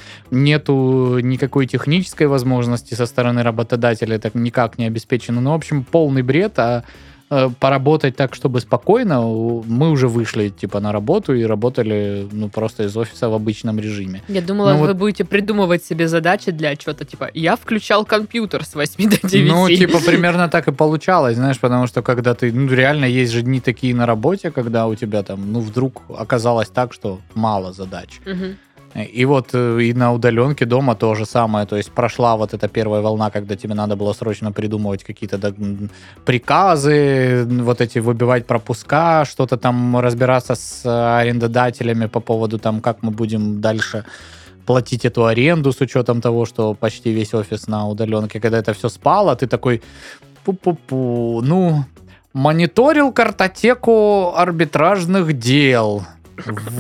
нету никакой технической возможности со стороны работодателя, так никак не обеспечено. Ну, в общем, полный бред, а э, поработать так, чтобы спокойно, у- мы уже вышли, типа, на работу и работали, ну, просто из офиса в обычном режиме.
Я думала,
Ну,
вы
вот-
будете придумывать себе задачи для отчета, типа, я включал компьютер с 8 до 9.
Ну, типа, примерно так и получалось, знаешь, потому что когда ты, ну, реально есть же дни такие на работе, когда у тебя там, ну, вдруг оказалось так, что мало задач.
Мгм.
И вот э, и на удаленке дома то же самое. То есть прошла вот эта первая волна, когда тебе надо было срочно придумывать какие-то да, м, приказы, м, вот эти выбивать пропуска, что-то там разбираться с э, арендодателями по поводу там, как мы будем дальше платить эту аренду с учетом того, что почти весь офис на удаленке. Когда это все спало, ты такой пу-пу-пу, ну, мониторил картотеку арбитражных дел.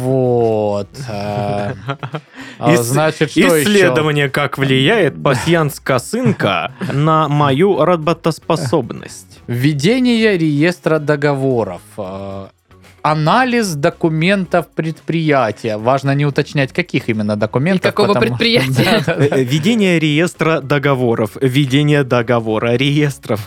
Вот. э, а,
Ис-
Значит, что еще?
Исследование, как влияет пасьянс косынка на мою работоспособность.
Введение реестра договоров. э, Анализ документов предприятия. Важно не уточнять, каких именно документов.
И какого
потому-
предприятия.
Да, да, да.
Э, Ведение реестра договоров. Ведение договора реестров.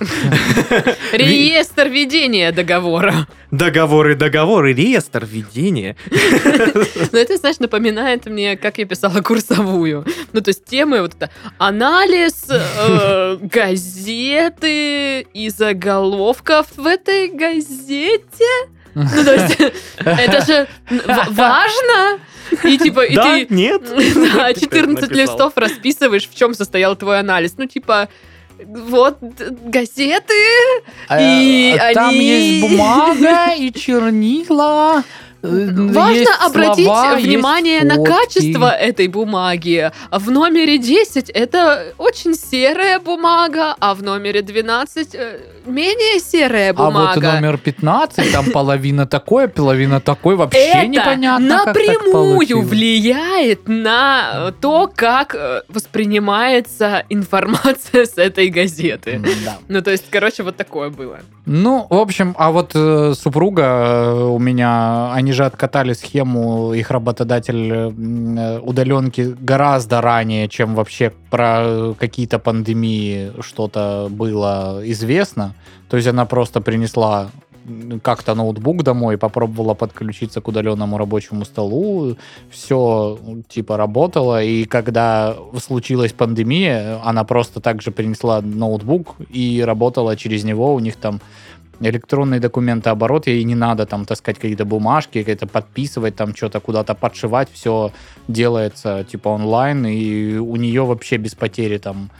Реестр ведения договора.
Договоры, договоры, реестр, ведение.
Но Ну, это, знаешь, напоминает мне, как я писала курсовую. Ну, то есть темы вот это анализ э, газеты и заголовков в этой газете. Ну, то есть это же в- важно. И типа, и
да,
ты
нет.
да, 14
Написал.
листов расписываешь, в чем состоял твой анализ. Ну, типа, вот д- газеты. И
Э, Там
они-
есть бумага и чернила. э, есть
Важно обратить
слова, есть
внимание на
фотки.
качество этой бумаги. В номере 10 это очень серая бумага, а в номере 12 э, менее серая
А вот и
бумага.
номер 15, там половина такое, половина такое, вообще
это
непонятно. как так
напрямую
получилось.
влияет на э, то, как э, воспринимается информация с этой газеты.
М-да.
Ну, то есть, короче, вот такое было.
Ну, в общем, а вот э, супруга э, у меня, они они же откатали схему, их работодатель э, м, э, удаленки гораздо ранее, чем вообще про э, какие-то пандемии что-то было известно. То есть она просто принесла м, как-то ноутбук домой, попробовала подключиться к удаленному рабочему столу, все типа работало, и когда случилась пандемия, она просто также принесла ноутбук и работала через него, у них там электронный документооборот, ей не надо там таскать какие-то бумажки, какие-то подписывать, там что-то куда-то подшивать, все делается типа онлайн, и у нее вообще без потери там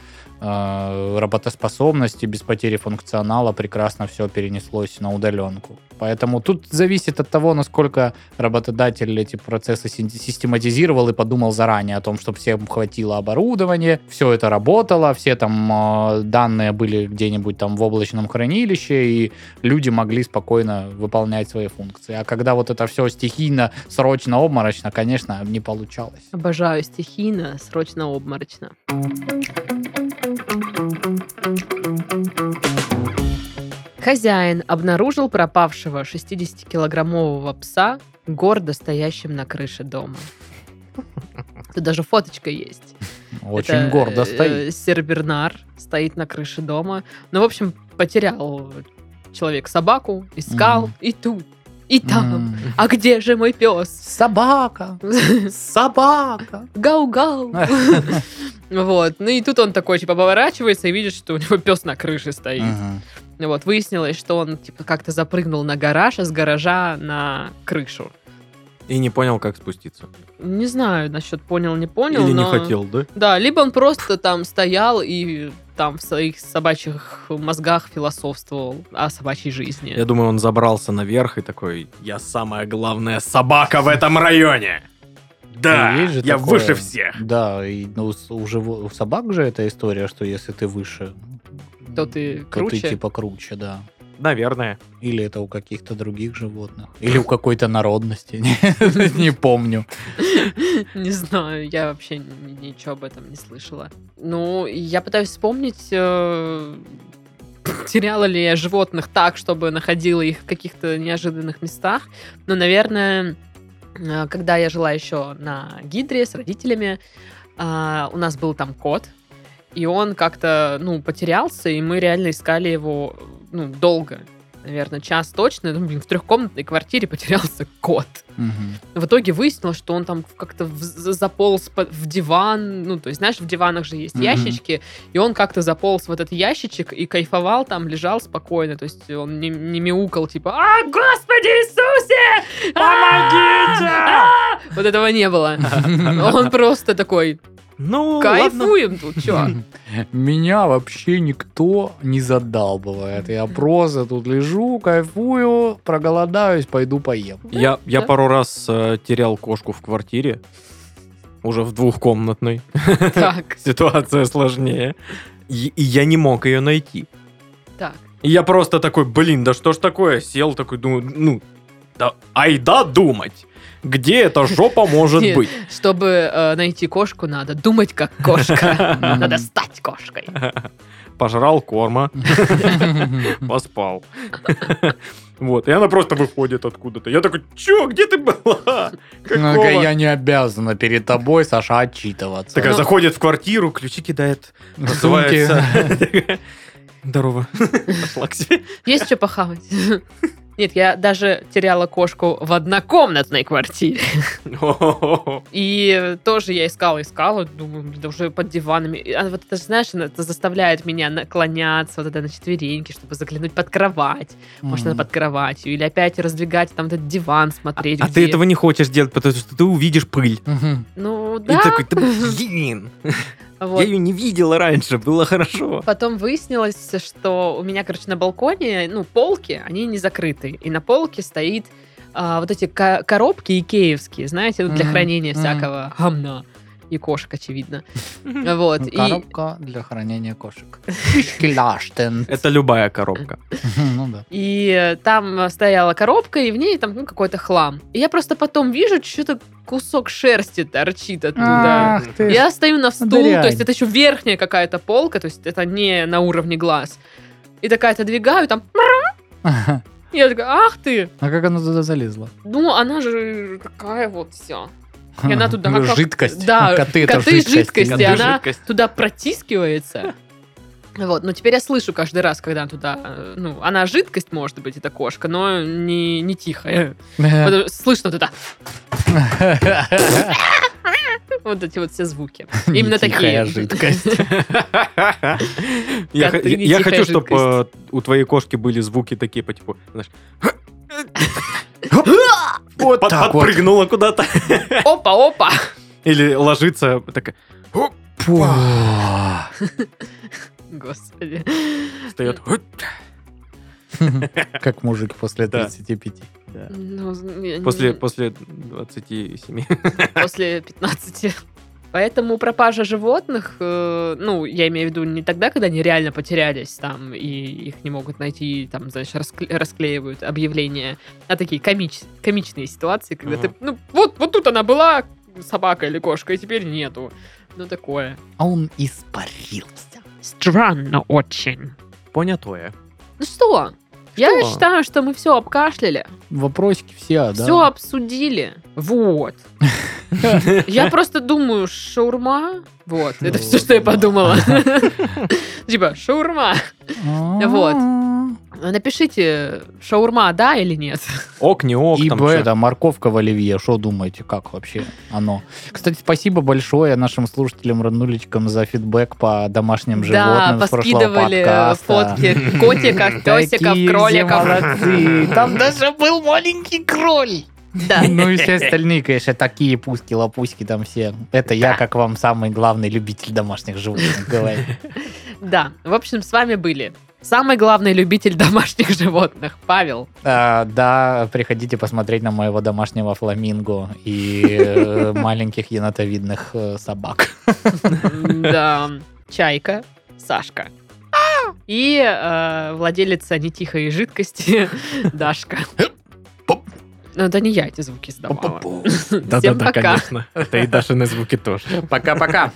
э, работоспособности, без потери функционала прекрасно все перенеслось на удаленку. Поэтому тут зависит от того, насколько работодатель эти процессы син- систематизировал и подумал заранее о том, чтобы всем хватило оборудования, все это работало, все там э, данные были где-нибудь там в облачном хранилище, и люди могли спокойно выполнять свои функции. А когда вот это все стихийно, срочно, обморочно, конечно, не получалось.
Обожаю стихийно, срочно, обморочно. Хозяин обнаружил пропавшего 60-килограммового пса, гордо стоящим на крыше дома. Тут даже фоточка есть.
Очень
Это,
гордо стоит.
э, Сербернар стоит на крыше дома. Ну, в общем, потерял человек собаку, искал
Мгм.
и тут, и там.
М.
А где же мой пес?
Собака! Собака!
Гау-гау. Вот. Ну и тут он такой, типа, поворачивается и видит, что у него пес на крыше стоит.
Мгм.
Ну Вот. Выяснилось, что он, типа, как-то запрыгнул на гараж, а с гаража на крышу.
И не понял, как спуститься.
Не знаю насчет понял, не понял,
Или не
но-
хотел, да?
Да, либо он просто там стоял и там в своих собачьих мозгах философствовал о собачьей жизни.
Я думаю, он забрался наверх и такой, я самая главная собака в этом районе. Да,
Ну, есть же
я
такое.
выше всех.
Да, и ну, с- у, живо- у собак же эта история, что если ты выше,
То ты круче.
ты типа круче, да.
Наверное.
Или это у каких-то других животных. Или у какой-то народности. Не помню.
Не знаю, я вообще н- ничего об этом не слышала. Ну, я пытаюсь вспомнить, э, теряла ли я животных так, чтобы находила их в каких-то неожиданных местах. Но, наверное, э, когда я жила еще на Гидре с родителями, а, у нас был там кот, и он как-то, ну, потерялся, и мы реально искали его, ну, долго. Наверное, час точно. Ну, блин, в трехкомнатной квартире потерялся кот.
Мгм.
В итоге выяснилось, что он там как-то в- за- заполз по- в диван, ну, то есть, знаешь, в диванах же есть
Мгм.
ящички, и он как-то заполз в этот ящичек и кайфовал там, лежал спокойно, то есть он не, не мяукал, типа, «А, Господи Иисусе! А! А!» Вот этого не было. Он просто такой,
Ну, ладно.
кайфуем тут, чё?
Меня вообще никто не задалбывает. Я просто тут лежу, кайфую, проголодаюсь, пойду поем.
Я, я
Да.
пару раз э, терял кошку в квартире. Уже в двухкомнатной.
Так,
Ситуация сложнее. И, и я не мог ее найти.
так.
И я просто такой, блин, да что ж такое? Сел такой, думаю, ну, да, айда думать. Где эта жопа может
Нет.
быть?
Чтобы э, найти кошку, надо думать как кошка. Надо стать кошкой.
Пожрал корма, поспал. Вот, и она просто выходит откуда-то. Я такой, чё, где ты была?
Ну,
Какого?»
Я не обязана перед тобой, Саша, отчитываться.
Такая
Ну-
заходит в квартиру, ключи кидает,
Ну,
а называется. Здорово. Пошла к себе.
Есть что похавать? Нет, я даже теряла кошку в однокомнатной квартире.
О-хо-хо.
И тоже я искала, искала, думаю, блин, да уже под диванами. И, а, Вот это, же, знаешь, она- это заставляет меня наклоняться вот это на четвереньки, чтобы заглянуть под кровать. Может, она
Мгм.
под кроватью. Или опять раздвигать там этот диван, смотреть.
А
где-
ты этого не хочешь делать, потому что ты увидишь пыль.
Мгм.
Ну,
И
да.
такой, «Да блин,
вот.
я ее не видела раньше, было хорошо.
Потом выяснилось, что у меня, короче, на балконе, ну, полки, они не закрыты. И на полке стоит а, вот эти ко- коробки икеевские, знаете, ну, для
Мгм,
хранения
мгм.
всякого гамна. И кошек, очевидно. Вот.
Ну,
и-
Коробка для хранения кошек. Шкляштен.
Это любая коробка.
Ну да.
И э, там э, стояла коробка, и в ней там ну, какой-то хлам. И я просто потом вижу, что-то кусок шерсти торчит оттуда.
Ах ты ж.
Я стою на стул,
дрянь.
то есть это еще верхняя какая-то полка, то есть это не на уровне глаз. И такая отодвигаю, там Я такая, ах ты!
А как она туда залезла?
Ну, она же такая вот вся. И она туда а
Ну,
как-
Жидкость.
Да,
коты это
коты
жидкость.
жидкость, и
Коты
она
жидкость.
туда протискивается. Вот, но теперь я слышу каждый раз, когда она туда... э, Ну, она жидкость, может быть, эта кошка, но не, не тихая. Потому- Слышно вот это... Вот эти вот все звуки. Именно такие.
Тихая жидкость.
Я
Коты
х-
не
я
тихая
хочу, чтобы
жидкость.
у твоей кошки были звуки такие по типу, знаешь,
Вот
под-
так вот.
подпрыгнула куда-то.
Опа, опа.
Или ложится такая, «Оп»,
Пуа.
Господи.
встает.
Как мужик после
Да.
35.
Ну, я не-
После, после 27.
после 15. Поэтому пропажа животных, э, ну, я имею в виду не тогда, когда они реально потерялись там, и их не могут найти, и там, знаешь, раскле- расклеивают объявления, а такие комич- комичные ситуации, когда
Ага.
ты, ну, вот, вот тут она была, собака или кошка, и теперь нету. Ну, такое.
А он испарился.
Странно очень.
Понятое.
Ну что? Я
Что?
считаю, что мы все обкашляли,
Вопросики все, Типа, да?
все обсудили. Вот. Я просто думаю, шаурма. Вот, это все, что я
Шаурма.
подумала. Типа, шаурма.
А.
Вот. Напишите, шаурма, да или нет?
Ок, не ок,
И
там
б,
чё.
это, морковка в оливье, что думаете, как вообще оно? Кстати, спасибо большое нашим слушателям, ранулечкам за фидбэк по домашним
Да,
животным с прошлого
поспидывали
подкаста.
фотки котиков, песиков,
Такие
кроликов.
все молодцы. Там даже был маленький кроль.
Да.
Ну и все остальные, конечно, такие пуски-лопуськи там все. Это я, как вам самый главный любитель домашних животных, говорю.
Да. В общем, с вами были самый главный любитель домашних животных, Павел.
А, Да, приходите посмотреть на моего домашнего фламинго и э, маленьких енотовидных э, собак.
Да. Чайка, Сашка. И э, владелица нетихой жидкости Дашка.
Поп.
Ну, это не я эти звуки сдавала.
Пу-пу-пу.
Всем пока.
конечно. Это и Дашины звуки тоже.
Пока-пока.